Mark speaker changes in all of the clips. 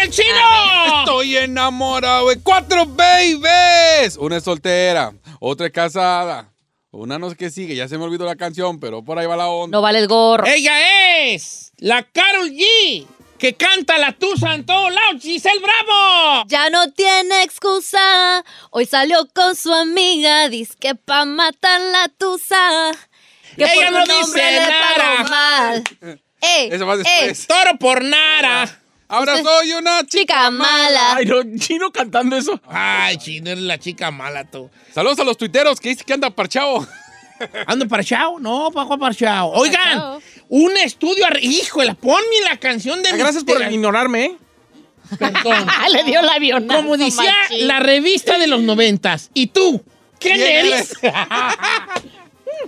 Speaker 1: el chino!
Speaker 2: Estoy enamorado de cuatro babies. Una es soltera, otra es casada, una no sé qué sigue, ya se me olvidó la canción, pero por ahí va la onda.
Speaker 3: No vale el gorro.
Speaker 1: Ella es la Carol G, que canta la tusa en todos lados, Giselle Bravo.
Speaker 3: Ya no tiene excusa. Hoy salió con su amiga. Dice que pa' matar la tusa. Que
Speaker 1: Ella
Speaker 3: por
Speaker 1: no
Speaker 3: un hombre
Speaker 1: dice
Speaker 3: le
Speaker 1: nada.
Speaker 3: pagó mal. Ey,
Speaker 2: Eso va
Speaker 3: ey,
Speaker 2: después.
Speaker 1: Toro por nara.
Speaker 2: Ahora soy una chica.
Speaker 3: chica mala.
Speaker 4: Ay, no, chino cantando eso.
Speaker 1: Ay, chino, eres la chica mala tú.
Speaker 2: Saludos a los tuiteros que dicen que anda parchado.
Speaker 1: ¿Ando parchao? No, Paco parchao. Oigan,
Speaker 3: Parchao.
Speaker 1: un estudio... arri- Híjole, ponme la canción de... mi-
Speaker 4: Ah, Gracias por
Speaker 1: de la-
Speaker 3: Este,
Speaker 4: ignorarme, ¿eh?
Speaker 1: Perdón.
Speaker 3: Ah, le dio la avionada.
Speaker 1: Como decía
Speaker 3: machín.
Speaker 1: la revista de los noventas. ¿Y tú? ¿Quién
Speaker 2: ¿Quién
Speaker 1: eres?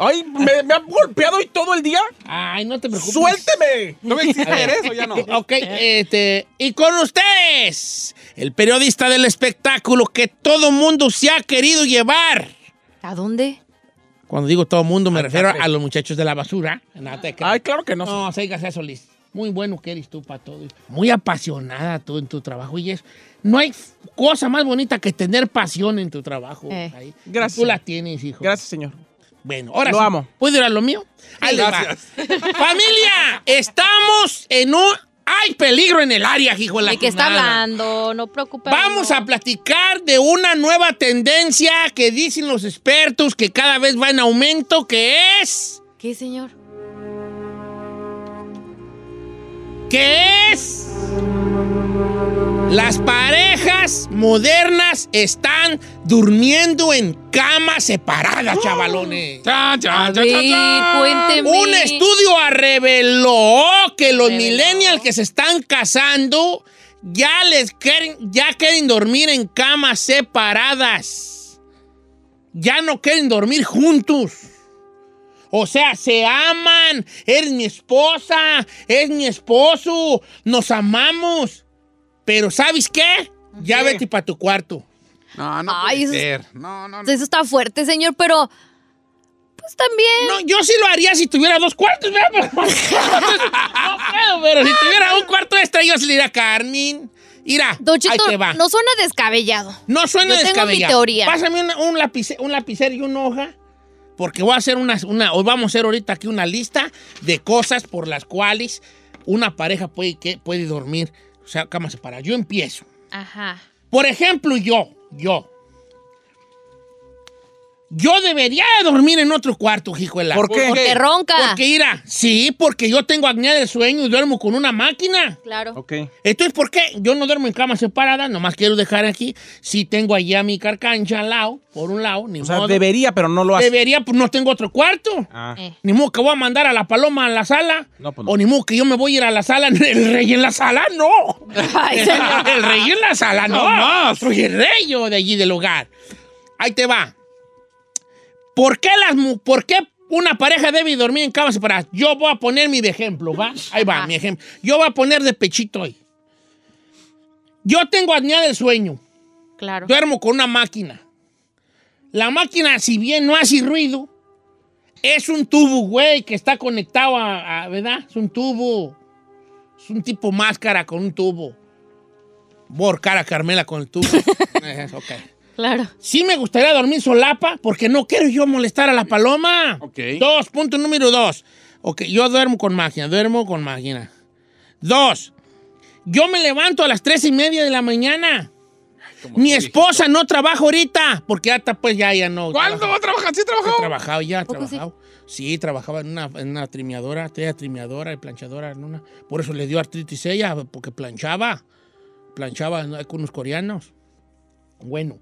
Speaker 4: Ay, me, me han golpeado y todo el día.
Speaker 1: Ay, no te preocupes.
Speaker 4: ¡Suélteme!
Speaker 2: ¿No me existe eso? Ya no.
Speaker 1: Ok, este, y con ustedes, el periodista del espectáculo que todo mundo se ha querido llevar.
Speaker 3: ¿A dónde?
Speaker 1: Cuando digo todo mundo, me
Speaker 4: Al
Speaker 1: refiero
Speaker 4: café.
Speaker 1: a los muchachos de la basura. No, te creas.
Speaker 4: Ay, claro que no.
Speaker 1: no se diga sea Solís. Muy bueno que eres tú para todo. Muy apasionada tú en tu trabajo. Y es, no hay f- cosa más bonita que tener pasión en tu trabajo.
Speaker 3: Eh.
Speaker 1: Ahí.
Speaker 4: Gracias.
Speaker 1: Tú la tienes, hijo.
Speaker 4: Gracias, señor.
Speaker 1: Bueno, ahora
Speaker 4: Lo
Speaker 1: sí.
Speaker 4: amo.
Speaker 1: ¿Puedo ir a lo mío? Ahí les va.
Speaker 2: Gracias.
Speaker 1: Familia, estamos en un... Hay peligro en el área, hijo de la
Speaker 3: ¿De qué está
Speaker 1: jornada.
Speaker 3: hablando? No preocupes.
Speaker 1: Vamos a platicar de una nueva tendencia que dicen los expertos que cada vez va en aumento, que es...
Speaker 3: ¿Qué, señor?
Speaker 1: que es? Las parejas modernas están durmiendo en camas separadas, chavalones.
Speaker 2: Chan,
Speaker 3: A
Speaker 2: chan, chan, chan,
Speaker 3: ver,
Speaker 2: chan.
Speaker 3: cuénteme.
Speaker 1: Un estudio reveló que los
Speaker 3: Reveló.
Speaker 1: millennials que se están casando ya les quieren, ya quieren dormir en camas separadas. Ya no quieren dormir juntos. O sea, se aman. Eres mi esposa, es mi esposo, nos amamos. Pero ¿sabes qué? Ya
Speaker 4: ¿Qué?
Speaker 1: vete para tu cuarto.
Speaker 2: No, no
Speaker 1: pues,
Speaker 3: Ay,
Speaker 2: puede
Speaker 3: eso es-
Speaker 2: ser. No, no, no.
Speaker 3: Eso está fuerte, señor, pero. Pues también.
Speaker 1: No, yo sí lo haría si tuviera dos cuartos, ¿verdad? Pero- no puedo, pero si tuviera un cuarto extra, yo se le diría, Carmen, mira,
Speaker 3: Don Chito,
Speaker 1: ahí te va. No,
Speaker 3: no suena descabellado.
Speaker 1: suena
Speaker 3: yo tengo mi
Speaker 1: descabellado.
Speaker 3: teoría.
Speaker 1: Pásame una- un, lapice- un lapicero y una hoja, porque voy a hacer una, una, hoy vamos a hacer ahorita aquí una lista de cosas por las cuales una pareja puede, que, puede dormir, o sea, cama separada. Yo empiezo.
Speaker 3: Ajá.
Speaker 1: Por ejemplo, yo, yo. Yo debería de dormir en otro cuarto, hijo de la-
Speaker 4: ¿Por qué?
Speaker 3: Porque ronca.
Speaker 1: porque ira, sí, porque yo tengo apnea del sueño y duermo con una máquina.
Speaker 3: Claro.
Speaker 4: Ok.
Speaker 1: Entonces, ¿por qué? Yo no duermo en cama separada, nomás quiero dejar aquí. Si tengo allá mi carcancha al lado, por un lado, ni
Speaker 4: O sea,
Speaker 1: modo.
Speaker 4: debería, pero no lo hace.
Speaker 1: Debería, pues no tengo otro cuarto.
Speaker 4: Ah.
Speaker 3: Eh.
Speaker 1: Ni modo que voy a mandar a la paloma a la sala.
Speaker 4: No, pues no.
Speaker 1: O ni modo que yo me voy a ir a la sala. El rey en la sala, no.
Speaker 3: Ay, señor.
Speaker 1: el rey en la sala, no.
Speaker 2: No más.
Speaker 1: Soy el rey yo de allí del hogar. Ahí te va. ¿Por qué, las, mu- ¿Por qué una pareja debe dormir en camas separadas? Yo voy a poner mi de ejemplo, ¿va? Ahí va,
Speaker 3: Ajá.
Speaker 1: mi ejemplo. Yo voy a poner de pechito hoy. Yo tengo apnea del sueño.
Speaker 3: Claro.
Speaker 1: Duermo con una máquina. La máquina, si bien no hace ruido, es un tubo, güey, que está conectado a, a- ¿verdad? Es un tubo. Es un tipo máscara con un tubo. Voy a ahorcar a Carmela con el tubo. Eh, ok.
Speaker 3: Claro.
Speaker 1: Sí me gustaría dormir solapa porque no quiero yo molestar a la paloma.
Speaker 2: Ok.
Speaker 1: Dos, punto número dos. Ok, yo duermo con máquina, duermo con máquina. Dos, yo me levanto a las tres y media de la mañana.
Speaker 2: Como
Speaker 1: Mi
Speaker 2: tú
Speaker 1: esposa no trabaja ahorita, porque hasta pues ya, ya no.
Speaker 2: dijiste. ¿Cuándo va a trabajar? ¿Sí
Speaker 1: He
Speaker 2: trabajó?
Speaker 1: trabajado ya, he
Speaker 3: poco sí?
Speaker 1: trabajado. Sí? trabajaba en una, en una trimeadora, tenía trimeadora y planchadora en una. Por eso le dio artritis ella, porque planchaba. Planchaba ¿no? con unos coreanos. Bueno,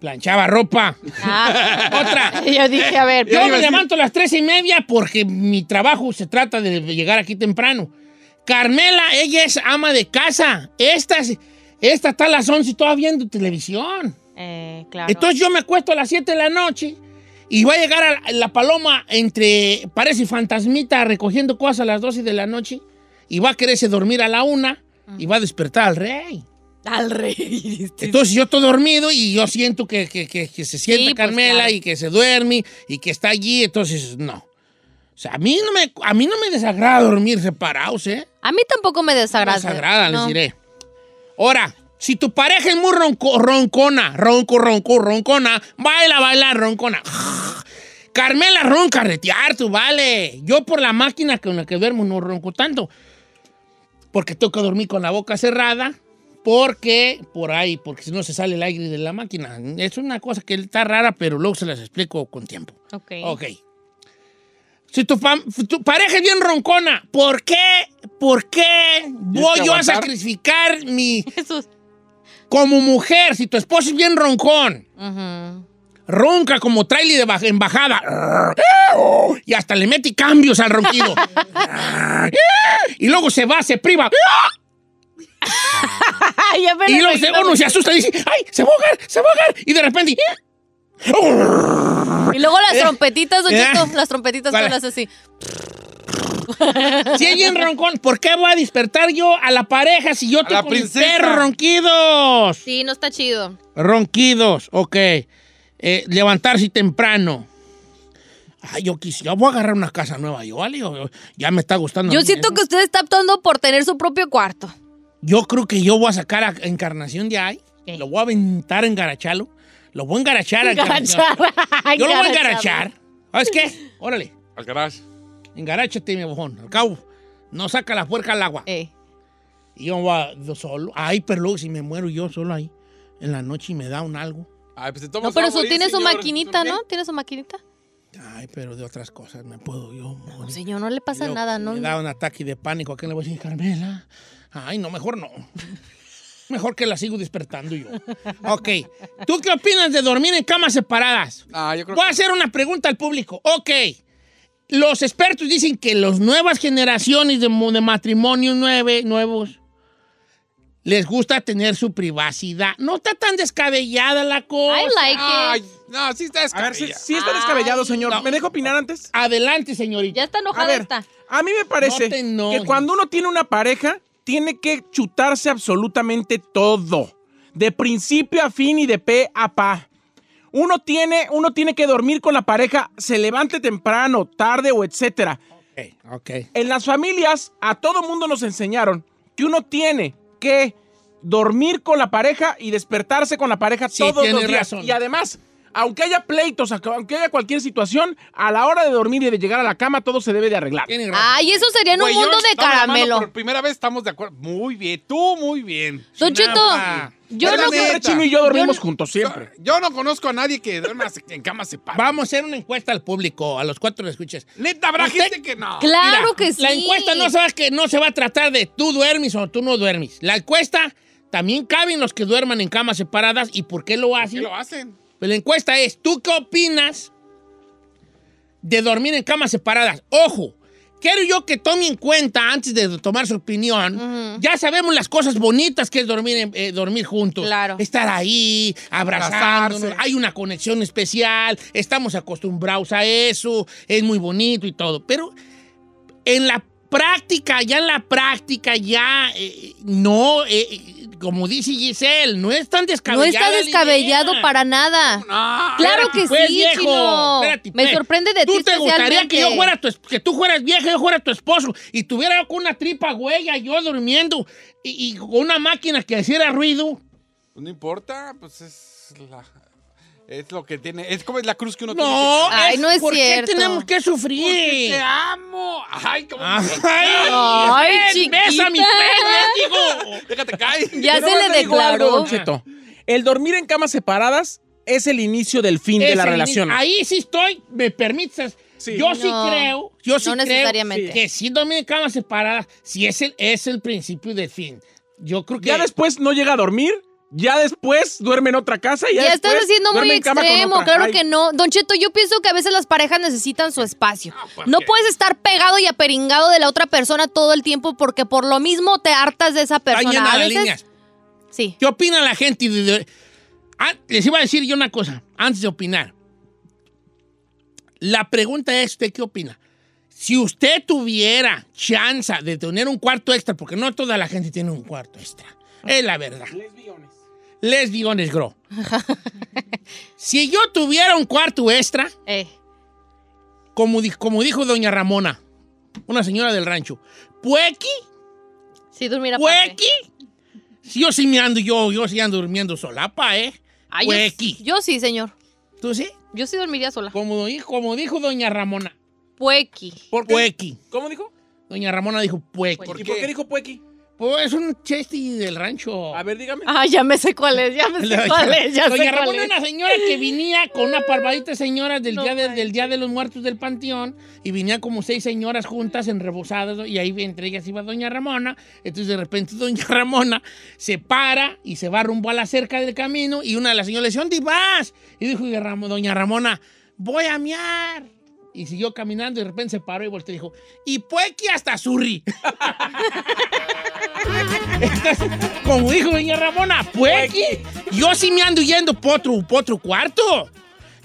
Speaker 1: planchaba ropa.
Speaker 3: Ah.
Speaker 1: Otra.
Speaker 3: Yo dije, a ver.
Speaker 1: Yo
Speaker 2: iba a
Speaker 1: me
Speaker 2: decir-
Speaker 1: levanto a las tres y media porque mi trabajo se trata de llegar aquí temprano. Carmela, ella es ama de casa. Esta, es- esta está a las 11 y toda viendo televisión.
Speaker 3: Eh, claro.
Speaker 1: Entonces yo me acuesto a las 7 de la noche y va a llegar a la, la paloma entre, parece fantasmita, recogiendo cosas a las 12 de la noche y va a quererse dormir a la una y va a despertar al rey.
Speaker 3: Al rey. dijiste.
Speaker 1: Entonces yo estoy dormido y yo siento que, que- que- que se siente
Speaker 3: pues,
Speaker 1: Carmela
Speaker 3: claro.
Speaker 1: y que se duerme y que está allí, entonces no. O sea, a mí no me, a mí no me desagrada dormir separados, ¿eh?
Speaker 3: A mí tampoco me desagrada.
Speaker 1: Desagrada, les
Speaker 3: No.
Speaker 1: diré. Ahora, si tu pareja es muy ronco- roncona, ronco, ronco, roncona, baila, baila, roncona. Carmela ronca, retear, tú vale. Yo por la máquina con la que duermo no ronco tanto. Porque tengo que dormir con la boca cerrada. Porque, por ahí, porque si no se sale el aire de la máquina. Es una cosa que está rara, pero luego se las explico con tiempo.
Speaker 3: Ok.
Speaker 1: Ok. Si tu, fam- tu pareja es bien roncona, ¿por qué, por qué voy yo a
Speaker 2: aguantar?
Speaker 1: sacrificar mi...
Speaker 3: Jesús.
Speaker 1: Como mujer, si tu esposo es bien roncón,
Speaker 3: Ujú.
Speaker 1: ronca como trailer de baj- embajada, y hasta le mete cambios al ronquido, y luego se va, se priva,
Speaker 3: Ay, ya me
Speaker 1: y
Speaker 3: lo
Speaker 1: luego se-
Speaker 3: imagino.
Speaker 1: uno se asusta y dice, ¡ay, se va a ahogar, se va a ahogar! Y de repente,
Speaker 3: Y luego las
Speaker 1: Eh.
Speaker 3: trompetitas, don
Speaker 1: Eh.
Speaker 3: Cheto, las trompetitas que
Speaker 1: ¿Cuál?
Speaker 3: lo hace así.
Speaker 1: Si es bien roncón, ¿por qué voy a despertar yo a la pareja si yo
Speaker 2: la
Speaker 1: tengo mis
Speaker 2: princesa.
Speaker 1: perros ronquidos?
Speaker 3: Sí, no está chido.
Speaker 1: Ronquidos, ok. Eh, levantarse temprano. Ay, yo quisiera, voy a agarrar una casa nueva, yo, ¿vale? Yo- yo- ya me está gustando. a
Speaker 3: Yo
Speaker 1: mí
Speaker 3: siento
Speaker 1: eso.
Speaker 3: que usted está optando por tener su propio cuarto.
Speaker 1: Yo creo que yo voy a sacar a Encarnación de ahí, lo voy a aventar en Garachalo, lo voy a engarachar. a Encarnación.
Speaker 3: Garachar.
Speaker 1: Yo lo voy a engarachar. ¿Sabes qué? Órale,
Speaker 2: Al garage.
Speaker 1: engaráchate, mi bojón. Al cabo, no saca la puerca al agua.
Speaker 3: Eh.
Speaker 1: Y yo voy a- yo solo. Ay, pero luego si me muero yo solo ahí, en la noche y me da un algo.
Speaker 2: Ay, pues se toma
Speaker 3: No, pero
Speaker 2: agua
Speaker 3: eso
Speaker 2: ahí,
Speaker 3: tiene su
Speaker 2: señor.
Speaker 3: maquinita,
Speaker 2: ¿Por qué?
Speaker 3: ¿no? Tiene su maquinita.
Speaker 1: Ay, pero de otras cosas me puedo yo. morir.
Speaker 3: Señor, no le pasa
Speaker 1: Yo-
Speaker 3: nada, ¿no?
Speaker 1: Me da un ataque de pánico. ¿A quién le voy a decir, Carmela? Ay, no, mejor no. Mejor que la sigo despertando yo. Ok. ¿Tú qué opinas de dormir en camas separadas?
Speaker 2: Ah, yo creo
Speaker 1: Voy a hacer una pregunta al público. Ok. Los expertos dicen que las nuevas generaciones de, mu- de matrimonios nueve, nuevos les gusta tener su privacidad. No está tan descabellada la cosa.
Speaker 3: I like it.
Speaker 2: Ay, no, sí está
Speaker 4: A ver, si,
Speaker 2: descabellado.
Speaker 4: está descabellado, señor.
Speaker 1: no.
Speaker 4: ¿Me deja opinar antes?
Speaker 1: Adelante, señorita.
Speaker 3: Ya está
Speaker 4: A
Speaker 3: enojada
Speaker 4: ver,
Speaker 3: esta.
Speaker 4: a mí me parece
Speaker 1: No te enojes.
Speaker 4: que cuando uno tiene una pareja, tiene que chutarse absolutamente todo. De principio a fin y de pe a pa. Uno tiene, uno tiene que dormir con la pareja, se levante temprano, tarde o etcétera.
Speaker 1: Ok, ok.
Speaker 4: En las familias, a todo mundo nos enseñaron que uno tiene que dormir con la pareja y despertarse con la pareja
Speaker 1: Sí,
Speaker 4: todos los
Speaker 1: tienes
Speaker 4: días.
Speaker 1: razón.
Speaker 4: Y además, aunque haya pleitos, aunque haya cualquier situación, a la hora de dormir y de llegar a la cama, todo se debe de arreglar.
Speaker 1: Tienes razón.
Speaker 3: Ay, eso sería en un
Speaker 2: Güey, yo
Speaker 3: mundo de
Speaker 2: estaba la mano Por
Speaker 3: caramelo.
Speaker 2: primera vez estamos de acuerdo. Muy bien, tú muy bien.
Speaker 3: Don Cheto,
Speaker 1: Nada.
Speaker 3: yo
Speaker 2: Pero
Speaker 3: no
Speaker 2: neta.
Speaker 4: Siempre
Speaker 3: creo.
Speaker 4: Chino y yo dormimos
Speaker 3: Yo no-
Speaker 4: juntos, siempre.
Speaker 2: Yo, yo no conozco a nadie que duerma se- en cama separada.
Speaker 1: Vamos a hacer una encuesta al público, a los cuatro que escuches.
Speaker 2: Neta, habrá
Speaker 1: Usted-
Speaker 2: gente que no.
Speaker 3: Claro
Speaker 1: Mira,
Speaker 3: que sí.
Speaker 1: La encuesta no se, va, a que no se va a tratar de tú duermes o tú no duermes. La encuesta también caben los que duerman en camas separadas y por qué lo
Speaker 2: ¿Qué
Speaker 1: hacen.
Speaker 2: lo hacen?
Speaker 1: Pues la encuesta es, ¿tú qué opinas de dormir en camas separadas? Ojo, quiero yo que tome en cuenta antes de tomar su opinión,
Speaker 3: Ujú.
Speaker 1: ya sabemos las cosas bonitas que es dormir, en- eh, dormir juntos.
Speaker 3: Claro.
Speaker 1: Estar ahí, abrazándonos,
Speaker 2: Abrazarse.
Speaker 1: hay una conexión especial, estamos acostumbrados a eso, es muy bonito y todo, pero en la práctica, ya en la práctica, ya eh, no, eh, eh, como dice Giselle, no es tan
Speaker 3: No
Speaker 1: descabellado.
Speaker 3: está descabellado para nada.
Speaker 2: No.
Speaker 3: Claro que
Speaker 1: Pues,
Speaker 3: sí,
Speaker 1: viejo,
Speaker 3: Chino.
Speaker 1: espérate,
Speaker 3: Me
Speaker 1: pues.
Speaker 3: sorprende de ti
Speaker 1: ¿Tú te gustaría
Speaker 3: especialmente.
Speaker 1: que yo fuera tu es- que tú fueras vieja y yo fuera tu esposo y tuviera yo con una tripa huella yo durmiendo y, y con una máquina que hiciera ruido?
Speaker 2: No importa, pues es la. Es lo que tiene. Es como es la cruz que uno tiene.
Speaker 1: No,
Speaker 3: Ay, no es
Speaker 1: ¿por
Speaker 3: cierto.
Speaker 1: qué tenemos que
Speaker 2: que- Ah.
Speaker 1: sufrir?
Speaker 2: Te amo. Ay, cómo.
Speaker 1: Ay,
Speaker 3: Ay,
Speaker 1: besa mi
Speaker 3: chiquita.
Speaker 1: pene, digo.
Speaker 2: Déjate caer.
Speaker 3: Ya
Speaker 4: Yo
Speaker 3: se
Speaker 4: nomás
Speaker 3: le
Speaker 4: digo algo,
Speaker 3: declaró.
Speaker 4: Don Cheto. El dormir en camas separadas es el inicio del fin de
Speaker 1: Ese
Speaker 4: la
Speaker 1: ni-
Speaker 4: relación.
Speaker 1: Ahí sí estoy, me permites.
Speaker 4: Sí.
Speaker 1: Yo sí
Speaker 3: No,
Speaker 1: creo, yo sí
Speaker 3: no
Speaker 1: creo
Speaker 3: necesariamente.
Speaker 1: que si dormir en camas separadas, si es el, es el principio del fin. Yo creo que...
Speaker 4: Ya después no llega a dormir, ya después duerme en otra casa y ya,
Speaker 3: Ya
Speaker 4: después
Speaker 3: estás haciendo muy
Speaker 4: duerme en cama con
Speaker 3: extremo,
Speaker 4: otra.
Speaker 3: claro
Speaker 4: Ay,
Speaker 3: que no. Don Cheto, yo pienso que a veces las parejas necesitan su espacio.
Speaker 1: pues,
Speaker 3: No puedes estar pegado y aperingado de la otra persona todo el tiempo porque por lo mismo te hartas de esa
Speaker 1: Están
Speaker 3: persona.
Speaker 1: llenas
Speaker 3: A
Speaker 1: las
Speaker 3: veces,
Speaker 1: líneas.
Speaker 3: sí.
Speaker 1: ¿Qué opina la gente? de- de- Ah, les iba a decir yo una cosa, antes de opinar. La pregunta es, ¿usted qué opina? Si usted tuviera chance de tener un cuarto extra, porque no toda la gente tiene un cuarto extra, es la verdad. Lesbiones, gro. si yo tuviera un cuarto extra,
Speaker 3: Eh.
Speaker 1: como, di- como dijo doña Ramona, pues una señora del rancho, puequi,
Speaker 3: Sí, durmiera aparte.
Speaker 1: puequi, Sí, yo sí me ando, yo, yo sí ando durmiendo solapa, ¿eh?
Speaker 3: Ay, yo-
Speaker 1: Huequi.
Speaker 3: yo, sí, señor.
Speaker 1: ¿Tú sí?
Speaker 3: Yo sí dormiría sola.
Speaker 1: Como, di- como dijo doña Ramona.
Speaker 3: Puequi.
Speaker 4: ¿Por qué?
Speaker 1: Puequi.
Speaker 4: ¿Cómo dijo?
Speaker 1: Doña Ramona dijo puequi.
Speaker 4: ¿Y por qué dijo Puequi?
Speaker 1: Pues es un chesti del rancho.
Speaker 4: A ver, dígame.
Speaker 3: Ah, ya me sé cuál es, ya me sé cuál es, ya
Speaker 1: Doña
Speaker 3: sé cuál
Speaker 1: Ramona
Speaker 3: es.
Speaker 1: era una señora que venía con una parvadita de señoras del,
Speaker 3: No
Speaker 1: día de,
Speaker 3: manches.
Speaker 1: del Día de los Muertos del Panteón y venían como seis señoras juntas en rebozadas y ahí entre ellas iba Doña Ramona. Entonces de repente Doña Ramona se para y se va rumbo a la cerca del camino y una de las señoras le dice, ¿dónde vas? Y dijo Doña Ramo- Doña Ramona, voy a miar. Y siguió caminando y de repente se paró y volteó y dijo, y puequi hasta Surri. Entonces, como dijo doña Ramona,
Speaker 4: Pues
Speaker 1: puequi. Yo sí me ando yendo por otro, por otro cuarto.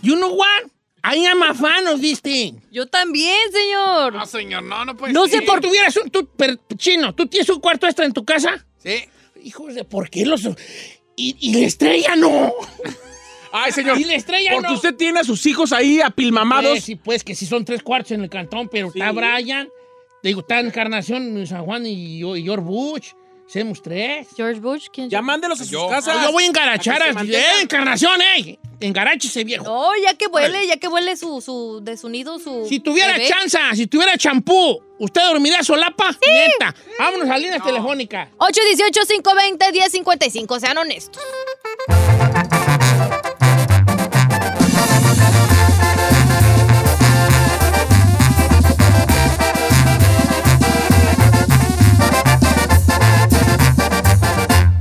Speaker 1: You know what? I am a fan of this thing.
Speaker 3: Yo también, señor.
Speaker 1: Ah.
Speaker 2: No, señor, no, no
Speaker 4: Pues
Speaker 2: puede
Speaker 3: No sé
Speaker 2: ser.
Speaker 1: Si tú tuvieras un... tú, per- chino, ¿tú tienes un cuarto extra en tu casa?
Speaker 2: Sí.
Speaker 1: Hijos de, ¿por qué los...? Y, y la estrella no.
Speaker 4: Ay, señor.
Speaker 1: Y la estrella
Speaker 4: Porque
Speaker 1: no.
Speaker 4: usted tiene a sus hijos ahí apilmamados.
Speaker 1: Pues, sí, pues, que sí son tres cuartos en el cantón, pero está Brian, digo, está Encarnación, San Juan y, yo- y George Bush. Somos tres.
Speaker 3: George Bush, ¿quién?
Speaker 4: Ya mándelos a sus
Speaker 2: Yo-
Speaker 4: casas.
Speaker 1: yo voy a engarachar
Speaker 4: a que
Speaker 1: a...
Speaker 4: se mantengan.
Speaker 1: ¡Eh, Encarnación, eh! Engaráchese, viejo.
Speaker 3: No, ya que huele, ya que huele su, su, de su nido, su.
Speaker 1: Si tuviera
Speaker 3: bebé.
Speaker 1: chanza, si tuviera champú, ¿usted dormiría solapa? Neta. Vámonos a líneas telefónicas.
Speaker 3: 818-520-1055, sean honestos.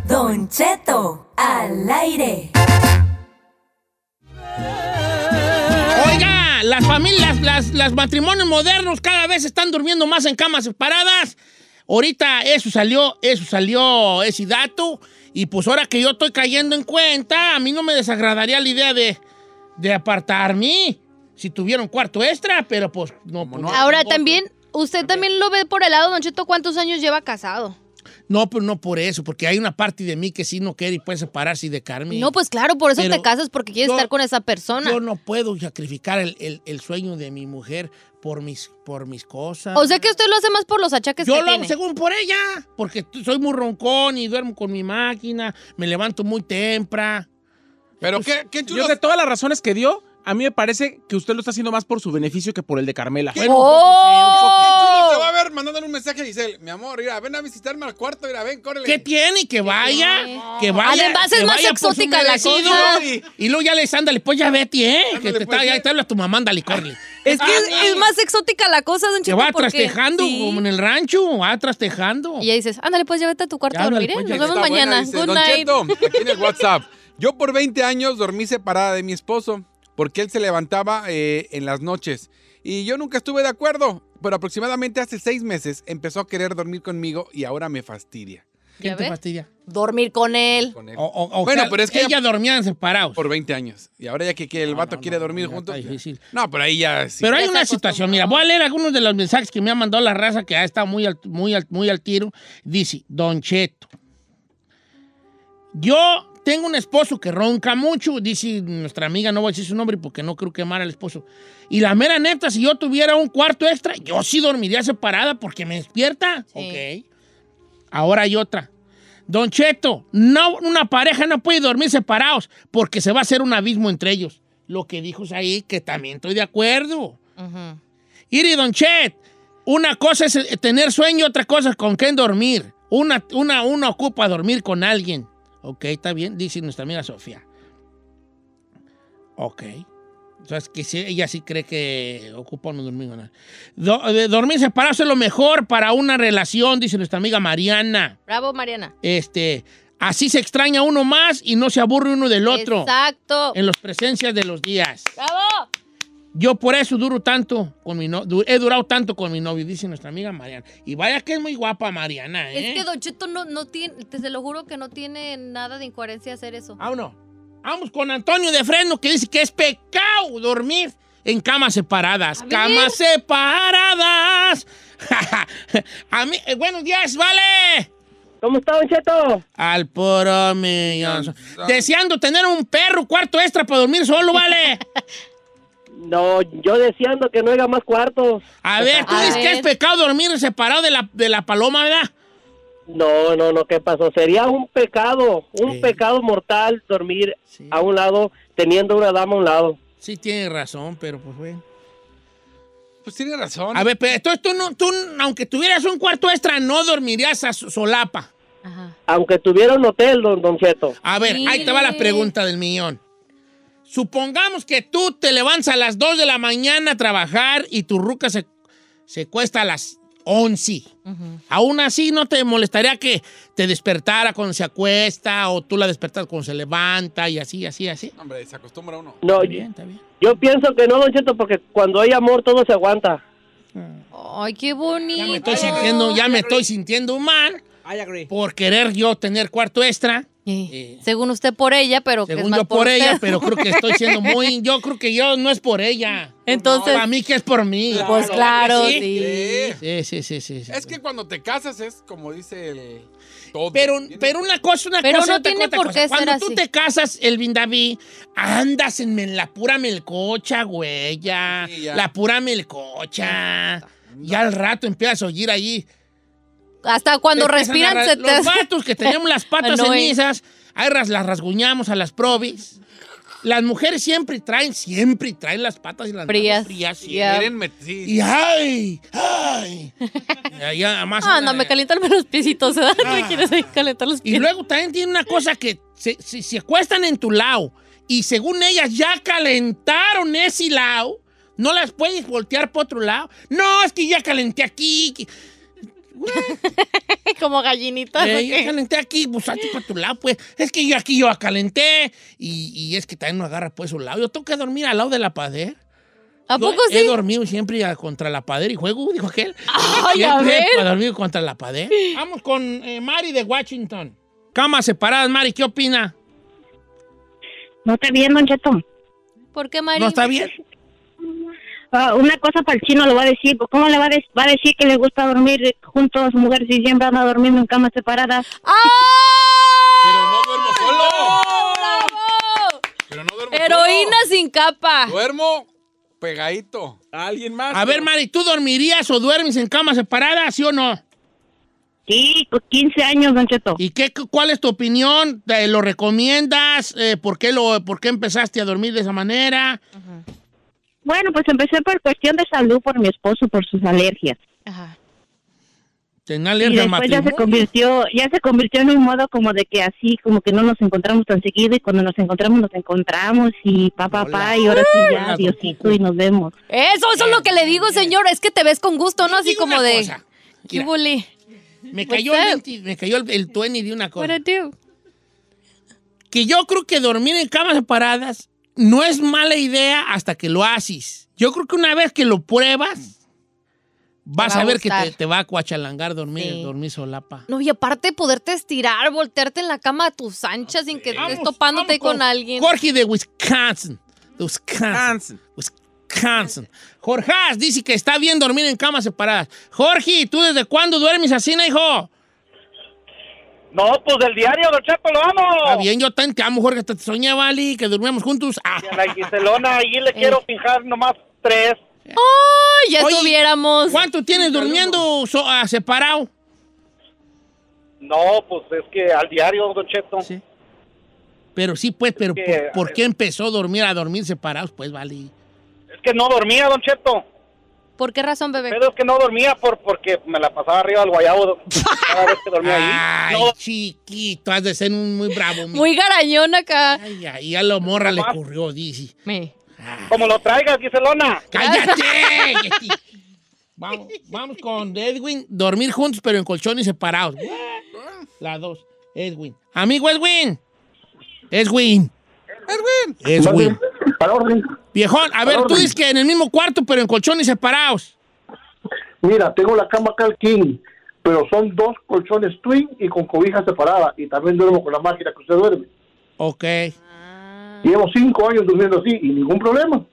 Speaker 5: Don Cheto, al aire.
Speaker 1: Oiga, las familias, las, las matrimonios modernos cada vez están durmiendo más en camas separadas. Ahorita eso salió, eso salió ese dato. Y pues ahora que yo estoy cayendo en cuenta, a mí no me desagradaría la idea de, de apartarme. Si tuviera un cuarto extra, pero pues no. pues, no.
Speaker 3: Ahora también, usted también lo ve por el lado, Don Cheto, ¿cuántos años lleva casado?
Speaker 1: No, pero no por eso, porque hay una parte de mí que sí no quiere y puede separarse y de Carmen.
Speaker 3: No, pues claro, por eso
Speaker 1: Pero
Speaker 3: te casas, porque quieres
Speaker 1: yo-
Speaker 3: estar con esa persona.
Speaker 1: Yo no puedo sacrificar el, el- el sueño de mi mujer por mis, por mis cosas.
Speaker 3: O sea que usted lo hace más por los achaques
Speaker 1: yo
Speaker 3: que
Speaker 1: lo hago
Speaker 3: tiene.
Speaker 1: según por ella, porque t- soy muy roncón y duermo con mi máquina, me levanto muy temprano.
Speaker 2: Pero qué, qué chulo.
Speaker 4: Yo de todas las razones que dio, a mí me parece que usted lo está haciendo más por su beneficio que por el de Carmela.
Speaker 1: Bueno,
Speaker 2: ¿Cómo se
Speaker 3: ¡Oh!
Speaker 2: va a ver mandándole un mensaje a Giselle? Mi amor, mira, ven a visitarme al cuarto, mira, ven, córrele.
Speaker 1: ¿Qué tiene? Que vaya,
Speaker 3: tiene?
Speaker 1: que vaya.
Speaker 3: Además,
Speaker 1: que
Speaker 3: es más
Speaker 1: vaya por su
Speaker 3: exótica la
Speaker 1: merecido.
Speaker 3: cosa.
Speaker 1: Y, y luego ya le dices, ándale, pues ya vete, ¿eh? que
Speaker 2: Ándale,
Speaker 1: te,
Speaker 2: pues,
Speaker 1: está-
Speaker 2: ya.
Speaker 1: ya te habla tu mamá, ándale, corre.
Speaker 3: Es que es, es más exótica la cosa, Don
Speaker 1: Se
Speaker 3: Cheto.
Speaker 1: va
Speaker 3: porque-
Speaker 1: trastejando
Speaker 3: Sí.
Speaker 1: como en el rancho, va trastejando.
Speaker 3: Y ya dices, ándale, pues ya vete a tu cuarto
Speaker 1: Ya,
Speaker 3: a
Speaker 1: ándale,
Speaker 3: dormir, ¿eh?
Speaker 1: pues, ya
Speaker 3: Nos
Speaker 2: Está
Speaker 3: vemos
Speaker 2: buena,
Speaker 3: mañana.
Speaker 2: dice,
Speaker 3: Good
Speaker 2: "Don
Speaker 3: night.
Speaker 2: Cheto, aquí en el WhatsApp. Yo por 20 años dormí separada de mi esposo porque él se levantaba eh, en las noches y yo nunca estuve de acuerdo, pero aproximadamente hace seis meses empezó a querer dormir conmigo y ahora me fastidia.
Speaker 1: ¿Quién
Speaker 3: ¿Ya
Speaker 1: te
Speaker 3: ve?
Speaker 1: fastidia?
Speaker 3: Dormir con él.
Speaker 2: Con él.
Speaker 1: O- o- o
Speaker 2: Bueno,
Speaker 1: sea,
Speaker 2: pero es que ya-
Speaker 1: ella dormían separados.
Speaker 2: Por 20 años. Y ahora ya que, que el
Speaker 1: No,
Speaker 2: vato
Speaker 1: no,
Speaker 2: quiere
Speaker 1: no,
Speaker 2: dormir
Speaker 1: ya
Speaker 2: juntos.
Speaker 1: está difícil.
Speaker 2: No, pero ahí ya sí.
Speaker 1: Pero hay
Speaker 3: Ya se
Speaker 1: una
Speaker 3: acostumbró.
Speaker 1: situación, mira, voy a leer algunos de los mensajes que me ha mandado la raza que ha estado muy al, muy al, muy al tiro. Dice, Don Cheto, yo tengo un esposo que ronca mucho, dice nuestra amiga, no voy a decir su nombre porque no creo quemar al esposo. Y la mera neta, si yo tuviera un cuarto extra, yo sí dormiría separada porque me despierta.
Speaker 3: Sí.
Speaker 1: Ok. Ahora hay otra. Don Cheto, no, una pareja no puede dormir separados porque se va a hacer un abismo entre ellos. Lo que dijo ahí, que también estoy de acuerdo.
Speaker 3: Ujú.
Speaker 1: Iri Don Chet, una cosa es eh, tener sueño, otra cosa es con quién dormir. Una, una, una ocupa dormir con alguien. Ok, está bien, dice nuestra amiga Sofía. Ok. Entonces, que sí, ella sí cree que ocupa uno dormir con alguien. Do- eh, dormir separado es lo mejor para una relación, dice nuestra amiga Mariana.
Speaker 3: Bravo, Mariana.
Speaker 1: Este, así se extraña uno más y no se aburre uno del otro
Speaker 3: Exacto.
Speaker 1: en las presencias de los días.
Speaker 3: Bravo.
Speaker 1: Yo por eso duro tanto con mi no- du- he durado tanto con mi novio, dice nuestra amiga Mariana. Y vaya que es muy guapa Mariana, ¿eh?
Speaker 3: Es que Don Cheto no, no tiene, te se lo juro que no tiene nada de incoherencia hacer eso.
Speaker 1: Vámonos. Vamos con Antonio de Fresno que dice que es pecado dormir en camas separadas.
Speaker 3: A ver.
Speaker 1: ¡Camas separadas! A mí, eh, buenos días, vale.
Speaker 6: ¿Cómo está, Don Cheto?
Speaker 1: Al puro millón. Deseando tener un perro cuarto extra para dormir solo, vale.
Speaker 6: No, yo deseando que no haga más cuartos.
Speaker 1: A ver, tú
Speaker 3: A
Speaker 1: dices que
Speaker 3: ver.
Speaker 1: es pecado dormir separado de la, de la paloma, ¿verdad?
Speaker 6: No, no, no, ¿qué pasó? Sería un pecado, un
Speaker 1: Sí.
Speaker 6: pecado mortal dormir
Speaker 1: Sí.
Speaker 6: a un lado teniendo una dama a un lado.
Speaker 1: Sí, tiene razón, pero pues bueno.
Speaker 2: Pues tiene razón.
Speaker 1: A ver, pero entonces tú, no, tú, aunque tuvieras un cuarto extra, no dormirías a so- solapa.
Speaker 3: Ajá.
Speaker 6: Aunque tuviera un hotel, don, don Cheto.
Speaker 1: A ver, ahí te va la
Speaker 3: Sí.
Speaker 1: pregunta del millón. Supongamos que tú te levantas a las 2 de la mañana a trabajar y tu ruca se, se cuesta a las 11. Aún así, ¿no te molestaría que te despertara cuando se acuesta o tú la despertas cuando se levanta y así, así, así?
Speaker 2: Hombre, se acostumbra uno.
Speaker 6: No,
Speaker 1: Está bien, está bien.
Speaker 6: yo pienso que no, don Cheto, porque cuando hay amor todo se aguanta.
Speaker 3: Ay, qué bonito.
Speaker 1: Ya me estoy sintiendo, ya me estoy sintiendo mal
Speaker 4: I agree.
Speaker 1: por querer yo tener cuarto extra.
Speaker 3: Sí.
Speaker 1: Eh.
Speaker 3: Según usted por ella, pero que es
Speaker 1: Según
Speaker 3: más
Speaker 1: yo por ella,
Speaker 3: usted.
Speaker 1: pero creo que estoy siendo muy... Yo creo que yo no es por ella.
Speaker 3: Entonces,
Speaker 1: Para mí que es por mí.
Speaker 3: pues claro,
Speaker 1: ¿Sí?
Speaker 3: sí.
Speaker 1: Sí,
Speaker 2: Sí.
Speaker 1: sí, sí, sí. sí.
Speaker 2: Es que cuando te casas es como dice el todo.
Speaker 1: Pero,
Speaker 2: Tiene-
Speaker 1: pero una cosa, una
Speaker 3: Pero
Speaker 1: cosa,
Speaker 3: no
Speaker 1: otra
Speaker 3: tiene
Speaker 1: cosa, otra
Speaker 3: por
Speaker 1: cosa.
Speaker 3: qué
Speaker 1: Cuando
Speaker 3: ser
Speaker 1: tú
Speaker 3: así.
Speaker 1: te casas, el David, andas en, en la pura melcocha, güey, ya.
Speaker 2: Sí, ya.
Speaker 1: La pura melcocha. Y al rato empiezas a oír ahí.
Speaker 3: Hasta cuando
Speaker 1: Empiezan a
Speaker 3: respiran
Speaker 1: ra-
Speaker 3: se te...
Speaker 1: Los vatos que tenemos las patas
Speaker 3: No, eh.
Speaker 1: cenizas, ahí ras- las rasguñamos a las probis. Las mujeres siempre traen, siempre traen las patas y las manos
Speaker 3: Frías.
Speaker 1: frías sí.
Speaker 3: Ya.
Speaker 2: Quieren met- sí,
Speaker 1: Y ay, ay. Ya, ya, más
Speaker 3: Ah,
Speaker 1: una-
Speaker 3: no, me calientan los piecitos, ¿verdad?
Speaker 1: Ah.
Speaker 3: Me quieres ahí calentar los pies.
Speaker 1: Y luego también tiene una cosa que se, se, se acuestan en tu lado y según ellas ya calentaron ese lado, no las puedes voltear por otro lado. No, es que ya calenté aquí. que-
Speaker 3: Como gallinitas.
Speaker 1: eh,
Speaker 3: ¿o
Speaker 1: ya
Speaker 3: qué?
Speaker 1: calenté aquí, pues a ti para tu lado, pues. Es que yo aquí yo calenté y, y es que también no agarra pues su lado. Yo tengo que dormir al lado de la pader.
Speaker 3: ¿A
Speaker 1: Yo
Speaker 3: poco
Speaker 1: He
Speaker 3: sí?
Speaker 1: dormido siempre a- contra la pader y juego, dijo aquel.
Speaker 3: Ay, a
Speaker 1: siempre
Speaker 3: ver.
Speaker 1: he dormido contra la pader. Vamos con eh, Mari de Washington. Camas separadas, Mari, ¿qué opina?
Speaker 7: No está bien, Don Cheto.
Speaker 3: ¿Por qué, Mari?
Speaker 1: ¿No está bien?
Speaker 7: Ah, una cosa para el chino lo va a decir. pues, ¿Cómo le va a, des- va a decir que le gusta dormir juntos, mujeres, y siempre anda durmiendo en camas separadas?
Speaker 3: ¡Ah!
Speaker 2: Pero no duermo solo.
Speaker 3: ¡Bravo!
Speaker 2: Pero no duermo
Speaker 3: Heroína
Speaker 2: solo.
Speaker 3: sin capa.
Speaker 2: Duermo pegadito.
Speaker 4: ¿Alguien más?
Speaker 1: A ver, Mari, ¿tú dormirías o duermes en camas separadas, sí o no?
Speaker 7: Sí, con 15 años, Don Cheto.
Speaker 1: ¿Y qué, cuál es tu opinión? ¿Te- ¿Lo recomiendas? Eh, ¿por, qué lo, ¿Por qué empezaste a dormir de esa manera?
Speaker 7: Bueno, pues empecé por cuestión de salud por mi esposo, por sus alergias.
Speaker 3: Ajá.
Speaker 1: ¿Tenía
Speaker 7: Y
Speaker 1: alergia al
Speaker 7: después ya se
Speaker 1: matrimonio?
Speaker 7: convirtió, ya se convirtió en un modo como de que así, como que no nos encontramos tan seguido y cuando nos encontramos nos encontramos y pa pa pa y ahora sí
Speaker 1: Hola,
Speaker 7: ya Diosito y nos vemos.
Speaker 3: Eso, eso es lo que le digo, señor. Es que te ves con gusto, ¿no? Así
Speaker 1: Digo
Speaker 3: como
Speaker 1: una
Speaker 3: de...
Speaker 1: cosa.
Speaker 3: ¿Qué
Speaker 1: Mira,
Speaker 3: bully?
Speaker 1: me cayó,
Speaker 3: What's
Speaker 1: el,
Speaker 3: up?
Speaker 1: 20 me cayó el, el 20 de una
Speaker 3: What
Speaker 1: cosa.
Speaker 3: I do?
Speaker 1: Que yo creo que dormir en camas separadas no es mala idea hasta que lo haces. Yo creo que una vez que lo pruebas, vas
Speaker 3: va
Speaker 1: a
Speaker 3: a
Speaker 1: ver que te,
Speaker 3: gustar.
Speaker 1: te va a cuachalangar dormir,
Speaker 3: Sí.
Speaker 1: dormir solapa.
Speaker 3: No, y aparte poderte estirar, voltearte en la cama a tus anchas sin que estés
Speaker 1: Vamos,
Speaker 3: topándote
Speaker 1: vamos
Speaker 3: con, alguien.
Speaker 1: Jorge de Wisconsin. De Wisconsin.
Speaker 4: Hansen.
Speaker 1: Wisconsin. Jorge dice que está bien dormir en camas separadas. Jorge, ¿tú desde cuándo duermes así, na, hijo?
Speaker 6: No, pues del diario, don Cheto, lo amo.
Speaker 1: Está Ah, bien, yo también te amo, Jorge, hasta te soñé, Vali, que durmemos juntos. Ah.
Speaker 6: Y a la Giselona, allí le quiero fijar nomás tres.
Speaker 3: ¡Ay, ya
Speaker 1: Oye,
Speaker 3: estuviéramos!
Speaker 1: ¿Cuánto tienes durmiendo so- ah, separado?
Speaker 6: No, pues es que al diario, don Cheto.
Speaker 1: Sí. Pero sí, pues, pero
Speaker 6: que, eh,
Speaker 1: ¿por,
Speaker 6: a
Speaker 1: por
Speaker 6: ver.
Speaker 1: qué empezó a dormir a dormir separados? Pues, Vali.
Speaker 6: Es que no dormía, don Cheto.
Speaker 3: ¿Por qué razón, bebé?
Speaker 6: Pero es que no dormía por, porque me la pasaba arriba del guayabo cada vez que dormía ahí.
Speaker 1: Ay,
Speaker 6: No,
Speaker 1: chiquito, has de ser un muy bravo. mi-
Speaker 3: Muy garañón acá.
Speaker 1: Ay, ay, a la morra le ocurrió, dice.
Speaker 3: Me.
Speaker 1: Ah.
Speaker 6: como lo traigas, Giselona.
Speaker 1: ¡Cállate! vamos, vamos con Edwin. Dormir juntos, pero en colchones separados. La dos. Edwin. Amigo Edwin. Edwin. Edwin. Edwin.
Speaker 6: Para orden.
Speaker 1: Viejón, a ver, tú dices que en el mismo cuarto, pero en colchones separados.
Speaker 8: Mira, tengo la cama acá al king, pero son dos colchones twin y con cobija separada. Y también duermo con la máquina que usted duerme.
Speaker 1: Ok. Está
Speaker 8: Llevo cinco años durmiendo así y ningún problema.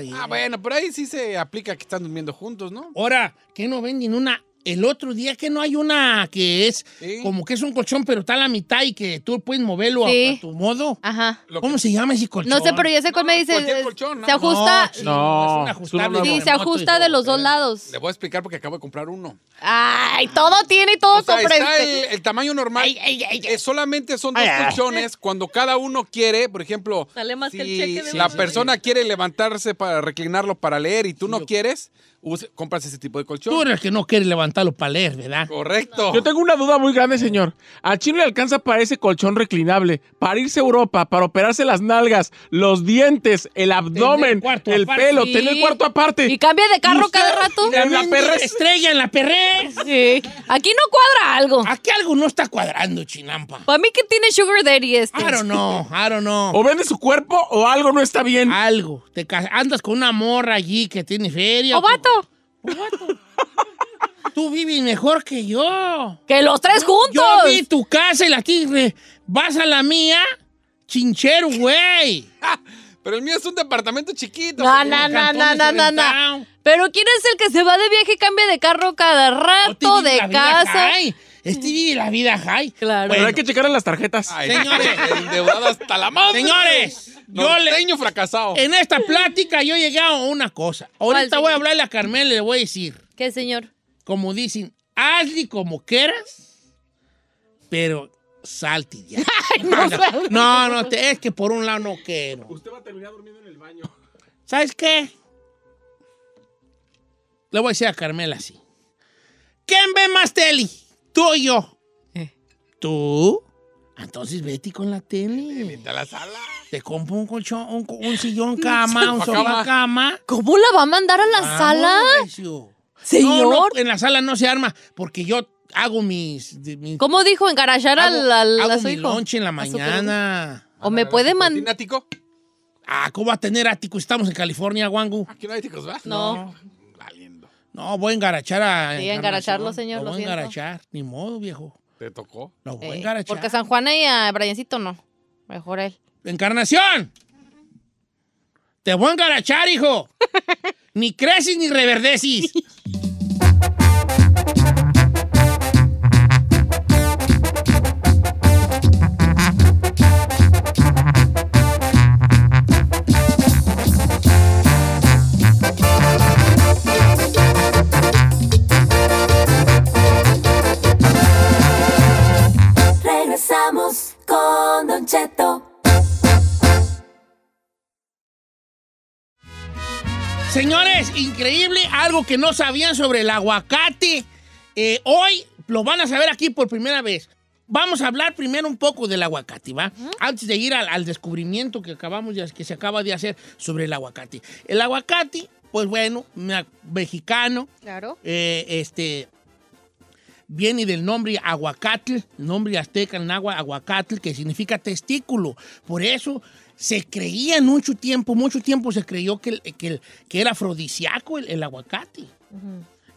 Speaker 1: bien.
Speaker 2: Ah, bueno, pero ahí sí se aplica que están durmiendo juntos, ¿no?
Speaker 1: Ahora, ¿qué no venden una El otro día que no hay una que es
Speaker 2: Sí.
Speaker 1: como que es un colchón, pero está a la mitad y que tú puedes moverlo a- a,
Speaker 3: Sí.
Speaker 1: tu modo.
Speaker 3: Ajá.
Speaker 2: Lo que-
Speaker 1: ¿Cómo se llama ese colchón?
Speaker 3: No sé, pero ya sé cuál me dice.
Speaker 2: cualquier
Speaker 3: eh,
Speaker 2: colchón, ¿no?
Speaker 3: Se ajusta.
Speaker 1: chino,
Speaker 4: No,
Speaker 1: es un
Speaker 4: es
Speaker 1: ajustable
Speaker 4: uno
Speaker 3: Sí,
Speaker 1: remoto
Speaker 3: se ajusta
Speaker 1: y
Speaker 3: de
Speaker 1: todo.
Speaker 3: los dos lados.
Speaker 2: Le voy a explicar porque acabo de comprar uno.
Speaker 3: Ay, todo tiene y todo
Speaker 2: O sea, Pues está
Speaker 3: comprende.
Speaker 2: el, el tamaño normal.
Speaker 3: este Ay, ay, ay, ay.
Speaker 2: Eh, solamente son dos
Speaker 1: Ay, ay.
Speaker 2: colchones. Cuando cada uno quiere, por ejemplo,
Speaker 3: Sale más
Speaker 2: si
Speaker 3: que el cheque de
Speaker 2: la
Speaker 3: uno.
Speaker 2: persona quiere levantarse para reclinarlo para leer y tú no quieres, use- compras ese tipo de
Speaker 1: Tú
Speaker 2: colchón.
Speaker 1: eres el que no quiere levantarlo para leer, ¿verdad?
Speaker 2: Correcto.
Speaker 4: Yo tengo una duda muy grande, señor. ¿A Chino le alcanza para ese colchón reclinable, para irse a Europa, para operarse las nalgas, los dientes, el abdomen,
Speaker 1: cuarto
Speaker 4: el
Speaker 1: aparte.
Speaker 4: pelo,
Speaker 3: Sí.
Speaker 4: tener cuarto aparte?
Speaker 3: Y cambia de carro
Speaker 4: usted? este,
Speaker 3: cada rato.
Speaker 4: en la
Speaker 1: mendiga
Speaker 4: perrez.
Speaker 1: Estrella en la perrez.
Speaker 3: Sí. Aquí no cuadra algo.
Speaker 1: Aquí algo no está cuadrando, chinampa.
Speaker 3: Para mí que tiene Sugar Daddy este.
Speaker 1: I don't know, I don't know.
Speaker 4: O vende su cuerpo o algo no está bien.
Speaker 1: Algo. Te ca- andas con una morra allí que tiene feria.
Speaker 3: O ¡Oh, vato,
Speaker 1: Tú vives mejor que yo.
Speaker 3: que los tres juntos.
Speaker 1: Yo vi tu casa y la tigre. Vas a la mía, chinchero, güey.
Speaker 2: Pero el mío es un departamento chiquito.
Speaker 3: No,
Speaker 1: Los
Speaker 3: no, no,
Speaker 1: cantones
Speaker 3: no, no, no, no.
Speaker 1: rentados.
Speaker 3: Pero ¿quién es el que se va de viaje y cambia de carro cada
Speaker 1: Este
Speaker 3: rato,
Speaker 1: vive
Speaker 3: de
Speaker 1: la vida
Speaker 3: casa?
Speaker 1: high. Este vive la vida high.
Speaker 3: Claro.
Speaker 4: Pero
Speaker 1: Bueno,
Speaker 4: hay que checar en las tarjetas.
Speaker 2: Ay,
Speaker 1: Señores.
Speaker 2: endeudado hasta la madre.
Speaker 1: Señores, yo le- Eh.
Speaker 2: Norteño fracasado.
Speaker 1: en esta plática yo llegué a una cosa. Ahorita
Speaker 3: señor?
Speaker 1: voy a hablarle a Carmela y le voy a decir.
Speaker 3: ¿Qué, señor?
Speaker 1: como dicen, hazle como quieras, pero salte ya. no, no, no, te- es que por un lado no quiero.
Speaker 4: Usted va a terminar durmiendo en el baño.
Speaker 1: ¿Sabes qué? Le voy a decir a Carmela así. ¿Quién ve más tele? ¿Tú o yo?
Speaker 3: Eh.
Speaker 1: ¿Tú? Entonces vete con la tele.
Speaker 2: De la sala.
Speaker 1: Te compro un colchón, un, co- un sillón cama, un
Speaker 2: Sofá
Speaker 1: sofá
Speaker 2: cama.
Speaker 1: cama.
Speaker 3: ¿Cómo la va a mandar a la
Speaker 1: Vamos,
Speaker 3: sala?
Speaker 1: recio.
Speaker 3: Señor.
Speaker 1: oh. No, no, en la sala no se arma porque yo hago mis, de- mis
Speaker 3: ¿Cómo dijo engarachar al, al-
Speaker 1: hago
Speaker 3: a su
Speaker 1: mi
Speaker 3: hijo?
Speaker 1: lonche en la
Speaker 3: A su
Speaker 1: mañana.
Speaker 3: perro. ¿O me puede
Speaker 2: mandar?
Speaker 3: mandar?
Speaker 2: ático?
Speaker 1: Ah, ¿cómo va a tener ático? Estamos en California, Wangu.
Speaker 2: Aquí no hay áticos, ¿verdad?
Speaker 3: No.
Speaker 2: Valiendo.
Speaker 1: No, voy a engarachar a...
Speaker 3: Sí, a engaracharlo, señor,
Speaker 1: Lo
Speaker 3: lo
Speaker 1: voy a
Speaker 3: siento.
Speaker 1: engarachar. Ni modo, viejo.
Speaker 2: Te tocó.
Speaker 1: Lo voy a
Speaker 3: Eh,
Speaker 1: engarachar.
Speaker 3: porque a San Juana y a Briancito no. Mejor él.
Speaker 1: ¡Encarnación! Te voy a engarachar, hijo. ni creces ni reverdeces.
Speaker 5: Regresamos con Don Cheto.
Speaker 1: Señores, increíble algo que no sabían sobre el aguacate. Eh, hoy lo van a saber aquí por primera vez. Vamos a hablar primero un poco del aguacate, ¿va? Antes de ir al, al descubrimiento que acabamos de- que se acaba de hacer sobre el aguacate. El aguacate, pues bueno, me- mexicano,
Speaker 3: Claro.
Speaker 1: eh, este viene del nombre aguacatl, nombre azteca en agua aguacatl, que significa testículo. Por eso se creía en mucho tiempo, mucho tiempo se creyó que, el- que, el- que era afrodisíaco el, el aguacate.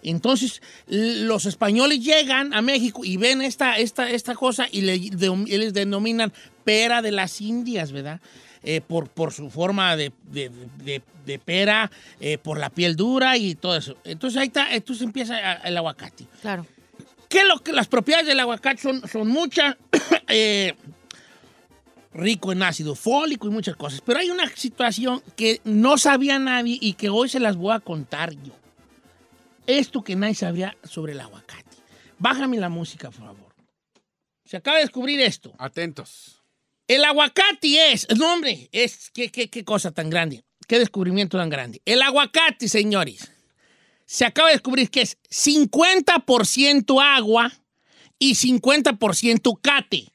Speaker 1: Entonces, l- los españoles llegan a México y ven esta, esta, esta cosa y le- de- y les denominan pera de las Indias, ¿verdad? Eh, por, por su forma de, de- de- de pera, eh, por la piel dura y todo eso. Entonces, ahí está, entonces empieza a- el aguacate.
Speaker 3: Claro.
Speaker 1: ¿Qué es lo que las propiedades del aguacate son? Son muchas. eh, rico en ácido fólico y muchas cosas. Pero hay una situación que no sabía nadie y que hoy se las voy a contar yo. Esto que nadie sabía sobre el aguacate. Bájame la música, por favor. Se acaba de descubrir esto.
Speaker 2: Atentos.
Speaker 1: El aguacate es, no hombre, es, qué, qué- qué cosa tan grande, qué descubrimiento tan grande. El aguacate, señores, se acaba de descubrir que es 50% agua y 50% cate.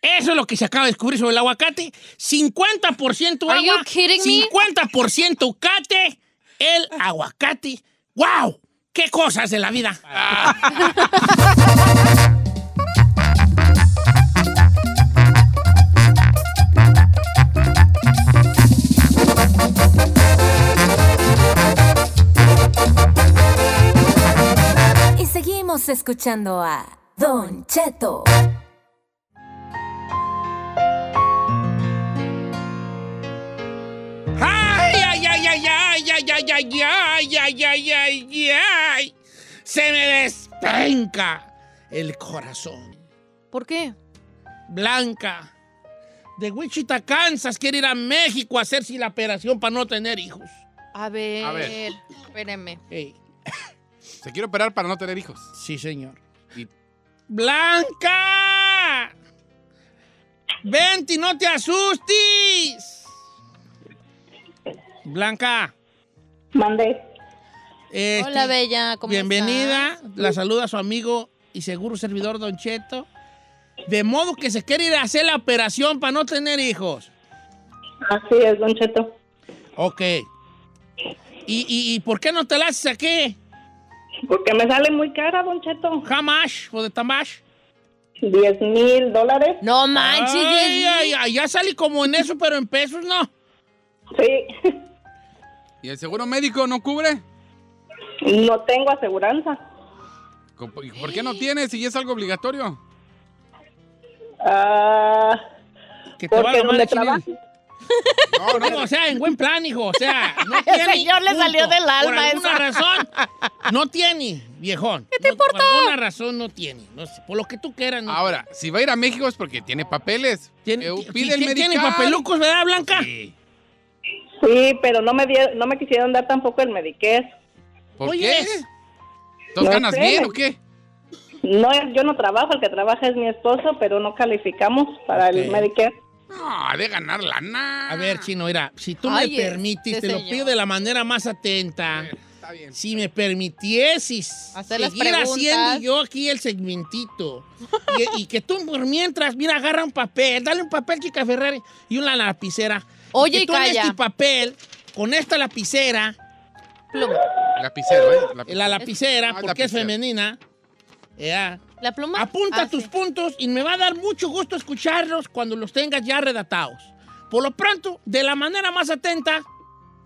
Speaker 1: Eso es lo que se acaba de descubrir sobre el aguacate. 50%
Speaker 3: Are you
Speaker 1: agua,
Speaker 3: kidding me?
Speaker 1: 50% cate, el aguacate. ¡Wow! ¡Qué cosas de la vida!
Speaker 5: Y seguimos escuchando a Don Cheto.
Speaker 1: ¡Ay, ay, ay, ay, ay, ay, ay, ay, ay, ay, ay, ay, ay! Se me penca el corazón.
Speaker 3: ¿Por qué?
Speaker 1: Blanca, de Wichita, Kansas, quiere ir a México a hacerse la operación para no tener hijos.
Speaker 3: A ver,
Speaker 2: A ver.
Speaker 3: espérenme.
Speaker 1: Ey,
Speaker 2: Se quiere operar para no tener hijos.
Speaker 1: sí, señor.
Speaker 2: Y-
Speaker 1: ¡Blanca! ¡Vente y no te asustes! Blanca,
Speaker 7: Mandé.
Speaker 1: este,
Speaker 3: Hola, Bella, ¿cómo
Speaker 1: bienvenida. La saluda su amigo y seguro servidor Don Cheto. De modo que se quiere ir a hacer la operación para no tener hijos.
Speaker 7: Así es, Don Cheto.
Speaker 1: Ok. ¿Y, y, y por qué no te la haces aquí?
Speaker 7: Porque me sale muy cara, Don Cheto.
Speaker 1: Hamash o de Tamash.
Speaker 7: 10 mil dólares.
Speaker 3: estás? No
Speaker 1: Ay,
Speaker 3: manches, Dios mío.
Speaker 1: ay, ay, ya salí como en eso, pero en pesos no.
Speaker 7: Sí.
Speaker 2: ¿Y el seguro médico no cubre?
Speaker 7: No tengo aseguranza.
Speaker 2: ¿Cómo- y ¿Por qué no tiene si es algo obligatorio?
Speaker 7: Ah,
Speaker 1: Que te va a
Speaker 7: porque
Speaker 1: la madre,
Speaker 7: donde
Speaker 1: chinel.
Speaker 7: trabajo.
Speaker 2: No,
Speaker 1: No, o sea, en buen plan, hijo. O sea, no
Speaker 3: El
Speaker 1: tiene.
Speaker 3: señor le salió del
Speaker 1: Por
Speaker 3: alma
Speaker 1: alguna
Speaker 3: esa.
Speaker 1: razón, no tiene, viejón. ¿Qué te importa? Por alguna razón no tiene. No sé, por lo que tú quieras. No
Speaker 2: Ahora, si va a ir a México es porque tiene papeles.
Speaker 1: tiene.
Speaker 2: Eh,
Speaker 1: Tiene, ti-
Speaker 2: pide el
Speaker 1: ti- tiene
Speaker 2: medical.
Speaker 1: papelucos, ¿verdad, Blanca?
Speaker 2: Sí.
Speaker 7: Sí, pero no me dieron, no me quisieron dar tampoco el Medicare.
Speaker 2: ¿Por
Speaker 1: Oye,
Speaker 2: qué?
Speaker 1: es-
Speaker 2: ¿Tú
Speaker 7: No
Speaker 2: ganas
Speaker 7: sé.
Speaker 2: bien o qué?
Speaker 7: No, yo no trabajo, el que trabaja es mi esposo, pero no calificamos para
Speaker 1: Ok.
Speaker 7: el Medicare.
Speaker 2: No, ha de ganar lana.
Speaker 1: A ver, chino, mira, si tú
Speaker 3: Ay,
Speaker 1: me
Speaker 3: este
Speaker 1: permites, te lo
Speaker 3: señor.
Speaker 1: pido de la manera más atenta.
Speaker 2: A ver, Está bien.
Speaker 1: Si me permitieses
Speaker 3: Hacer las
Speaker 1: seguir
Speaker 3: preguntas.
Speaker 1: haciendo yo aquí el segmentito y, y que tú por mientras, mira, agarra un papel, dale un papel, chica Ferrari, y una lapicera.
Speaker 3: Oye,
Speaker 1: que
Speaker 3: y
Speaker 1: tú en
Speaker 3: calla.
Speaker 1: este papel, con esta lapicera,
Speaker 3: Pluma.
Speaker 2: Lapicero, ¿eh? Lapicero.
Speaker 1: la lapicera,
Speaker 2: Ah,
Speaker 1: porque es
Speaker 2: lapicera.
Speaker 1: femenina, eh, ya,
Speaker 3: ¿La pluma?
Speaker 1: apunta
Speaker 3: Ah,
Speaker 1: tus
Speaker 3: sí.
Speaker 1: puntos y me va a dar mucho gusto escucharlos cuando los tengas ya redactados. Por lo pronto, de la manera más atenta,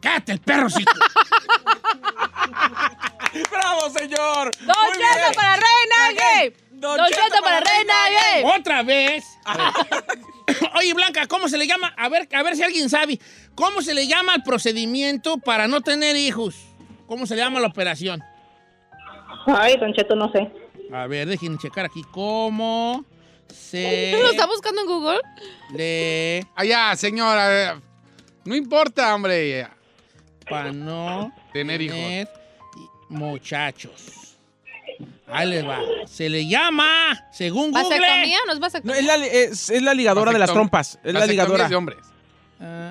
Speaker 1: cállate el perro,
Speaker 4: ¡Bravo, señor!
Speaker 3: ¡Don
Speaker 4: Muy bien.
Speaker 3: Cheto para Reina Gay!
Speaker 4: Don
Speaker 3: ¡Don
Speaker 4: Cheto
Speaker 3: Cheto para
Speaker 4: para
Speaker 3: Reina Gay!
Speaker 1: ¿Otra vez? Oye, Blanca, ¿cómo se le llama? A ver, a ver si alguien sabe. ¿Cómo se le llama el procedimiento para no tener hijos? ¿Cómo se le llama la operación?
Speaker 7: Ay, Don Cheto, no sé.
Speaker 1: A ver, déjenme checar aquí. ¿Cómo se
Speaker 3: ¿Lo está buscando en Google?
Speaker 1: le...
Speaker 2: Allá, Ah, señora. eh, No importa,
Speaker 1: Ah,
Speaker 2: hombre.
Speaker 1: para no
Speaker 2: Tener hijos.
Speaker 1: hi- muchachos? Ahí les va. Se le llama, según Google...
Speaker 3: ¿Vasectomía? ¿No es
Speaker 4: No,
Speaker 3: vasectomía?
Speaker 4: es, la, li- es- es la ligadora de las
Speaker 2: Vasectom-
Speaker 4: trompas. Es la
Speaker 2: vasectomías
Speaker 4: ligadora.
Speaker 2: de hombres.
Speaker 1: Ah,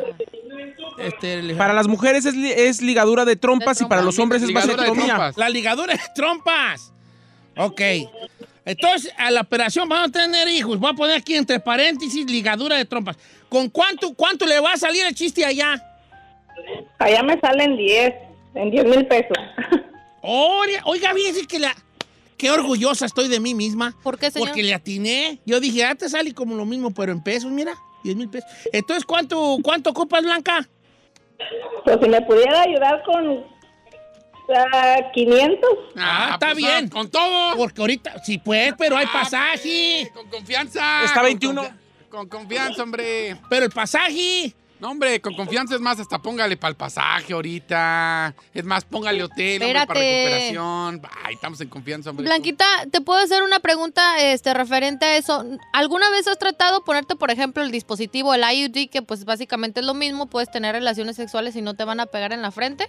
Speaker 1: este, le-
Speaker 4: Para las mujeres es, li- es ligadura de trompas
Speaker 3: De
Speaker 4: y para
Speaker 3: trompa.
Speaker 4: los hombres es
Speaker 2: Ligadura de
Speaker 4: vasectomía.
Speaker 2: trompas.
Speaker 1: La ligadura de trompas. Ok. Entonces, a la operación van a tener hijos. Voy a poner aquí entre paréntesis ligadura de trompas. ¿Con cuánto, cuánto le va a salir el chiste allá?
Speaker 7: Allá me salen 10, en 10 mil pesos.
Speaker 1: Oiga, oiga, fíjese que la... Qué orgullosa estoy de mí misma.
Speaker 3: ¿Por qué, señor?
Speaker 1: Porque le atiné. Yo dije, ah, te sale como lo mismo, pero en pesos, mira. 10 mil pesos. Entonces, ¿cuánto, cuánto ocupas, Blanca?
Speaker 7: Pues si me pudiera ayudar con ah, 500.
Speaker 1: Ah, está
Speaker 2: pues,
Speaker 1: bien.
Speaker 2: Con todo.
Speaker 1: Porque ahorita, sí, pues, pero hay
Speaker 2: Ah,
Speaker 1: pasaje.
Speaker 2: pues, Con confianza.
Speaker 4: Está
Speaker 2: con
Speaker 4: 21.
Speaker 2: confi- Con confianza, hombre.
Speaker 1: Pero el pasaje.
Speaker 2: No, hombre, con confianza es más, hasta póngale para el pasaje ahorita. Es más, póngale hotel, hombre, para
Speaker 3: Espérate.
Speaker 2: recuperación. Ay, estamos en confianza, hombre.
Speaker 3: Blanquita, te puedo hacer una pregunta este, referente a eso. ¿Alguna vez has tratado ponerte, por ejemplo, el dispositivo, el IUD, que pues básicamente es lo mismo, puedes tener relaciones sexuales y no te van a pegar en la frente?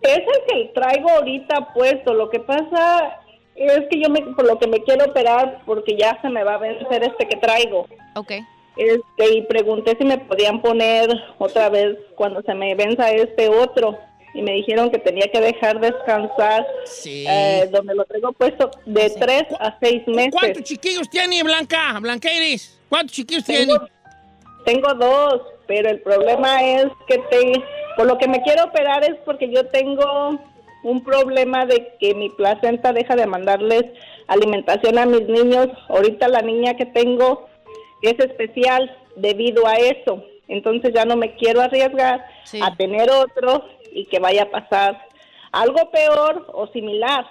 Speaker 7: Es el que traigo ahorita puesto. Lo que pasa es que yo me, por lo que me quiero operar, porque ya se me va a vencer este que traigo.
Speaker 3: Ok.
Speaker 7: Este, y pregunté si me podían poner otra vez cuando se me venza este otro. Y me dijeron que tenía que dejar descansar,
Speaker 1: Sí.
Speaker 7: eh, donde lo traigo puesto, de
Speaker 3: Sí.
Speaker 7: tres a seis
Speaker 1: ¿Cuántos
Speaker 7: meses.
Speaker 1: chiquillos tiene, Blanca? Blanca Iris. ¿Cuántos chiquillos tiene?
Speaker 7: Tengo, tengo dos, pero el problema es que te, por lo que me quiero operar es porque yo tengo un problema de que mi placenta deja de mandarles alimentación a mis niños. Ahorita la niña que tengo es especial debido a eso. Entonces ya no me quiero arriesgar
Speaker 3: Sí.
Speaker 7: a tener otro y que vaya a pasar algo peor o similar.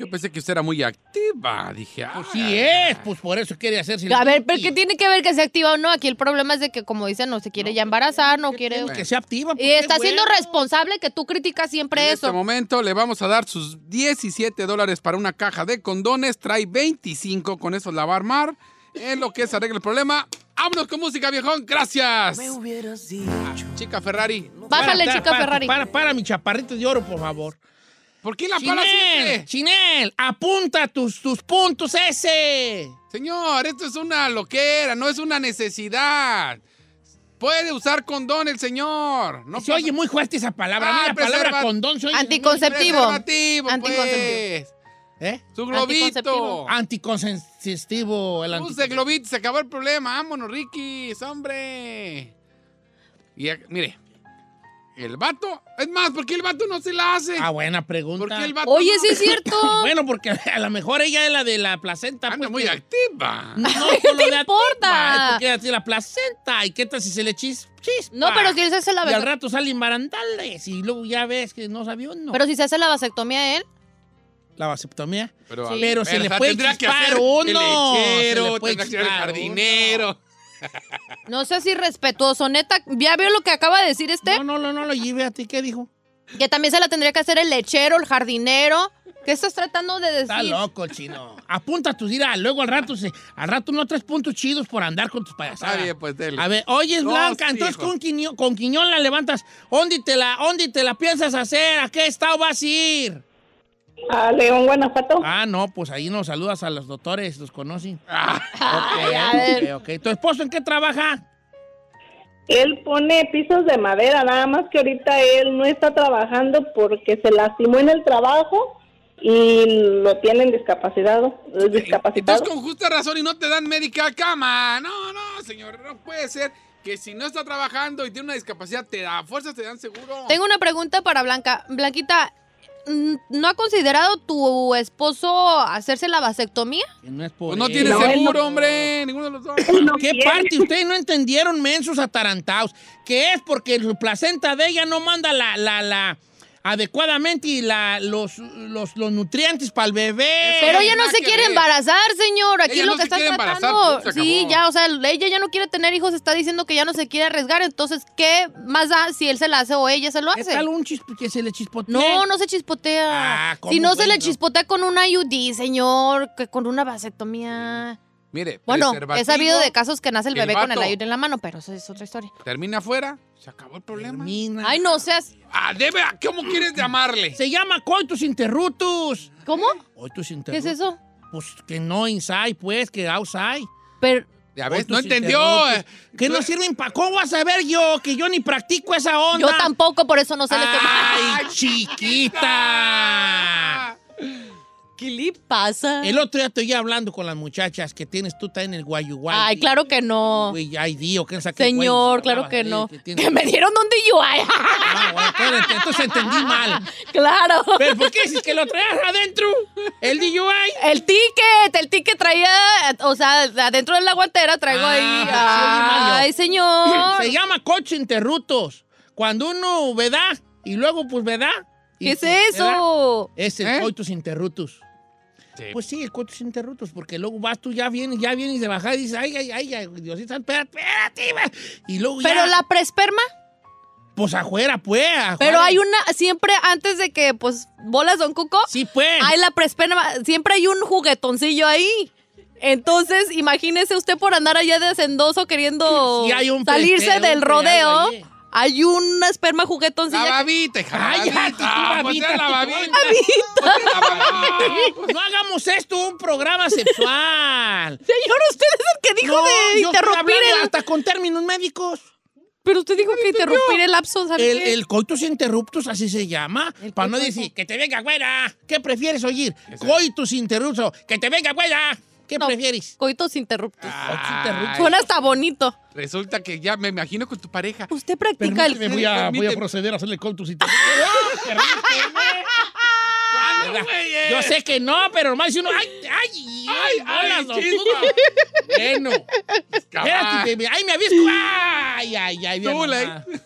Speaker 2: Yo pensé que usted era muy activa. Dije, ah.
Speaker 1: Pues sí es, pues por eso quiere hacerse.
Speaker 3: A ver, ¿pero qué tiene que ver que sea activa o no? Aquí el problema es de que, como dicen, no se quiere ya embarazar, no quiere...
Speaker 1: Que sea activa.
Speaker 3: Y está siendo
Speaker 1: responsable.
Speaker 3: responsable que tú criticas siempre
Speaker 2: En
Speaker 3: eso.
Speaker 2: este momento le vamos a dar sus 17 dólares para una caja de condones. Trae 25, con eso la va a armar. En lo que se arregla el problema. ¡Vámonos con música, viejón! ¡Gracias! Ah, Chica Ferrari,
Speaker 3: Bájale,
Speaker 1: Para,
Speaker 3: chica
Speaker 1: para,
Speaker 3: Ferrari.
Speaker 1: Para, para, mi chaparrito de oro, por favor.
Speaker 2: ¿por qué la para
Speaker 1: Chinel,
Speaker 2: siempre?
Speaker 1: Chinel, apunta tus, tus puntos ese.
Speaker 2: Señor, esto es una loquera, no es una necesidad. Puede usar condón el señor. No
Speaker 1: se
Speaker 2: pasa-
Speaker 1: oye muy fuerte esa palabra.
Speaker 2: Ah,
Speaker 1: Mira, la palabra
Speaker 2: preserva-
Speaker 1: condón se oye-
Speaker 3: Anticonceptivo.
Speaker 2: Preservativo,
Speaker 3: Anticonceptivo.
Speaker 2: pues.
Speaker 1: ¿Eh?
Speaker 2: Su
Speaker 3: Anticonceptivo.
Speaker 2: globito.
Speaker 1: Anticonceptivo. El
Speaker 2: Use
Speaker 1: anticonceptivo.
Speaker 2: globito, se acabó el problema. Vámonos, Ricky, hombre. Y ac- mire, el vato, es más, ¿por qué el vato no se la hace?
Speaker 1: Ah, buena
Speaker 2: ¿Por
Speaker 1: pregunta.
Speaker 2: qué el vato
Speaker 3: Oye,
Speaker 2: no?
Speaker 3: sí es cierto.
Speaker 1: Bueno, porque a lo mejor ella es la de la placenta.
Speaker 2: Anda
Speaker 1: pues,
Speaker 2: muy
Speaker 1: que-
Speaker 2: activa.
Speaker 1: No,
Speaker 3: ¿Qué
Speaker 1: con lo
Speaker 3: te
Speaker 1: de
Speaker 3: importa?
Speaker 1: activa, es porque ella tiene la placenta. ¿Y qué tal si se le chis- chispa?
Speaker 3: No, pero si él se hace la
Speaker 1: Y al
Speaker 3: vasectomía.
Speaker 1: rato salen barandales y luego ya ves que no sabía uno.
Speaker 3: Pero si se hace la vasectomía él.
Speaker 1: la vasectomía.
Speaker 2: Pero, a
Speaker 3: Sí.
Speaker 1: Pero se
Speaker 2: o
Speaker 1: le
Speaker 2: sea,
Speaker 1: puede
Speaker 2: tendrá que
Speaker 1: chispar
Speaker 2: hacer
Speaker 1: uno,
Speaker 2: el
Speaker 1: se
Speaker 2: lechero,
Speaker 1: le puede
Speaker 2: tendrá que hacer el
Speaker 1: chispar
Speaker 2: jardinero.
Speaker 3: No seas irrespetuoso, neta. Ya vio lo que acaba de decir este.
Speaker 1: No, no, no, no lo lleve a ti. ¿Qué dijo?
Speaker 3: Que también se la tendría que hacer el lechero, el jardinero. ¿Qué estás tratando de
Speaker 1: Está
Speaker 3: decir?
Speaker 1: loco, chino. Apunta tus ira. Luego al rato se, al rato no tres puntos chidos por andar con tus
Speaker 2: Está
Speaker 1: payasadas.
Speaker 2: bien, pues dele.
Speaker 1: A ver, oye,
Speaker 2: No,
Speaker 1: Blanca,
Speaker 2: sí,
Speaker 1: entonces
Speaker 2: hijo.
Speaker 1: con, Quiño- con Quiñón la levantas. ¿Dónde te la, dónde te la piensas hacer? ¿A qué estado vas a ir?
Speaker 7: A León, Guanajuato.
Speaker 1: Ah, no, pues ahí nos saludas a los doctores, los conocen.
Speaker 2: Ah.
Speaker 3: Ay, a
Speaker 1: Ok,
Speaker 3: ver.
Speaker 1: ok. ¿Tu esposo en qué trabaja?
Speaker 7: Él pone pisos de madera, nada más que ahorita él no está trabajando porque se lastimó en el trabajo y lo tienen discapacitado. discapacitado.
Speaker 2: Entonces, con justa razón y no te dan médica cama. No, no, señor, no puede ser que si no está trabajando y tiene una discapacidad, te da fuerzas, te dan seguro.
Speaker 3: Tengo una pregunta para Blanca. Blanquita, mm, ¿no ha considerado tu esposo hacerse la vasectomía?
Speaker 1: Que no es por
Speaker 2: Pues no
Speaker 1: él.
Speaker 2: tiene
Speaker 7: No, él
Speaker 2: seguro,
Speaker 1: no.
Speaker 2: hombre. Ninguno de los dos.
Speaker 1: ¿Qué
Speaker 7: quiere.
Speaker 1: parte ustedes no entendieron, mensos atarantados? Que es porque su placenta de ella no manda la, la, la adecuadamente y la, los, los, los nutrientes para el bebé.
Speaker 3: Pero
Speaker 2: tiene
Speaker 3: ella no
Speaker 2: nada
Speaker 3: se
Speaker 2: que
Speaker 3: quiere
Speaker 2: ver.
Speaker 3: embarazar, señor. Aquí
Speaker 2: Ella
Speaker 3: lo que
Speaker 2: no se
Speaker 3: está
Speaker 2: quiere embarazar,
Speaker 3: tratando.
Speaker 2: punto, se
Speaker 3: sí,
Speaker 2: acabó.
Speaker 3: ya, o sea, ella ya no quiere tener hijos, está diciendo que ya no se quiere arriesgar. Entonces, ¿qué más da si él se la hace o ella se lo
Speaker 1: ¿Qué
Speaker 3: hace?
Speaker 1: tal un chispo que se le chispotea?
Speaker 3: No, no se chispotea.
Speaker 1: Ah, ¿cómo,
Speaker 3: si no se
Speaker 1: güey?
Speaker 3: le
Speaker 1: No.
Speaker 3: chispotea con una IUD, señor, que con una vasectomía.
Speaker 2: Mire,
Speaker 3: Bueno, he
Speaker 2: preservativo,
Speaker 3: sabido de casos que nace el
Speaker 2: el
Speaker 3: bebé con el
Speaker 2: vato.
Speaker 3: IUD en la mano, pero eso es otra historia.
Speaker 2: Termina afuera, se acabó el problema.
Speaker 1: Termina.
Speaker 3: Ay, no seas.
Speaker 2: Ah, debe, ¿cómo quieres llamarle?
Speaker 1: Se llama coitus interruptus.
Speaker 3: ¿Cómo?
Speaker 1: Coitus
Speaker 3: ¿Qué es
Speaker 1: interruptus.
Speaker 3: eso?
Speaker 1: Pues que no inside, pues, que outside.
Speaker 3: Pero,
Speaker 2: Ya ves,
Speaker 1: Coitus
Speaker 2: no entendió.
Speaker 1: interruptus.
Speaker 2: eh.
Speaker 1: Que no sirven para... ¿Cómo vas a ver yo que yo ni practico esa onda?
Speaker 3: yo tampoco, por eso no se le
Speaker 1: ¡Ay, chiquita!
Speaker 3: ¿Qué le pasa?
Speaker 1: El otro día estoy hablando con las muchachas que tienes tú también en el guayuguay.
Speaker 3: Ay, claro que no.
Speaker 1: Güey, ay, Dios, ¿qué saqué,
Speaker 3: Señor,
Speaker 1: güey?
Speaker 3: claro
Speaker 1: Hablabas
Speaker 3: que
Speaker 1: de
Speaker 3: no.
Speaker 1: que tienes-
Speaker 3: Que me dieron donde yo. Ay,
Speaker 1: Ah, bueno, espérate, entonces entendí mal.
Speaker 3: claro.
Speaker 1: ¿Pero por qué dices que lo traías adentro? ¿El DUI?
Speaker 3: El ticket, el ticket traía, eh, o sea, adentro de la guantera traigo
Speaker 1: Ah,
Speaker 3: ahí.
Speaker 1: sí, oye, Mario.
Speaker 3: Ay, señor.
Speaker 1: Se llama coche interrutos. Cuando uno, ¿verdad? Y luego, pues, ¿verdad? Y,
Speaker 3: ¿Qué es
Speaker 1: pues, ¿verdad?
Speaker 3: eso?
Speaker 1: Es el
Speaker 2: ¿Eh?
Speaker 1: coitus interruptus.
Speaker 2: Sí.
Speaker 1: Pues sí, el coitus interruptus, porque luego vas tú, ya vienes, ya vienes de bajada y dices, ay, ay, ay, ay, Diosito, espérate, espérate. va. Y luego ya,
Speaker 3: Pero la presperma,
Speaker 1: pues afuera, pues. afuera.
Speaker 3: pero hay una, siempre antes de que, pues, bolas Don Cuco,
Speaker 1: Sí, pues.
Speaker 3: hay la presperma, siempre hay un juguetoncillo ahí. Entonces, imagínese usted por andar allá de hacendoso queriendo
Speaker 1: Sí, hay un
Speaker 3: salirse
Speaker 1: presper-
Speaker 3: del
Speaker 1: un regalo
Speaker 3: rodeo.
Speaker 1: ahí.
Speaker 3: Hay una esperma
Speaker 2: La
Speaker 3: juguetoncilla.
Speaker 2: babita, hija. la
Speaker 1: Ay, ya,
Speaker 2: babita.
Speaker 1: tú,
Speaker 2: Ah, pues
Speaker 1: babita,
Speaker 2: es la
Speaker 1: tú,
Speaker 2: babita.
Speaker 3: babita.
Speaker 2: Ah,
Speaker 1: Pues No hagamos esto un programa sexual.
Speaker 3: Señor, usted es el que dijo
Speaker 1: No,
Speaker 3: de
Speaker 1: yo estoy
Speaker 3: interrumpir
Speaker 1: hablando
Speaker 3: el...
Speaker 1: hasta con términos médicos.
Speaker 3: Pero usted dijo que interrumpir el lapso, ¿sabe
Speaker 1: El,
Speaker 3: qué?
Speaker 1: el coitus interruptus, así se llama.
Speaker 3: El
Speaker 1: Para no
Speaker 3: coitus.
Speaker 1: decir que te venga güera. ¿Qué prefieres oír?
Speaker 2: Exacto.
Speaker 1: Coitus interruptus. Que te venga güera. ¿Qué
Speaker 3: No.
Speaker 1: prefieres?
Speaker 3: Coitos interruptos.
Speaker 1: Coitus interruptus.
Speaker 3: Suena hasta bonito.
Speaker 2: Resulta que ya me imagino con tu pareja.
Speaker 3: Usted practica
Speaker 1: Permíteme,
Speaker 3: el...
Speaker 1: voy, a, voy a
Speaker 2: permíteme.
Speaker 1: proceder a hacerle coitus interruptus. Permíteme. ¿Verdad?
Speaker 2: güey, eh.
Speaker 1: Yo sé que no, pero nomás si uno. ¡Ay, ay! ¡Ay,
Speaker 2: ay,
Speaker 1: bolas, don
Speaker 2: chica.
Speaker 1: Cuco! Bueno.
Speaker 2: Cabal.
Speaker 1: Espérate, baby. ¡Ay, me aviso! ¡Ay, ay, ay! bien
Speaker 2: Tú,
Speaker 1: nomás.
Speaker 2: like.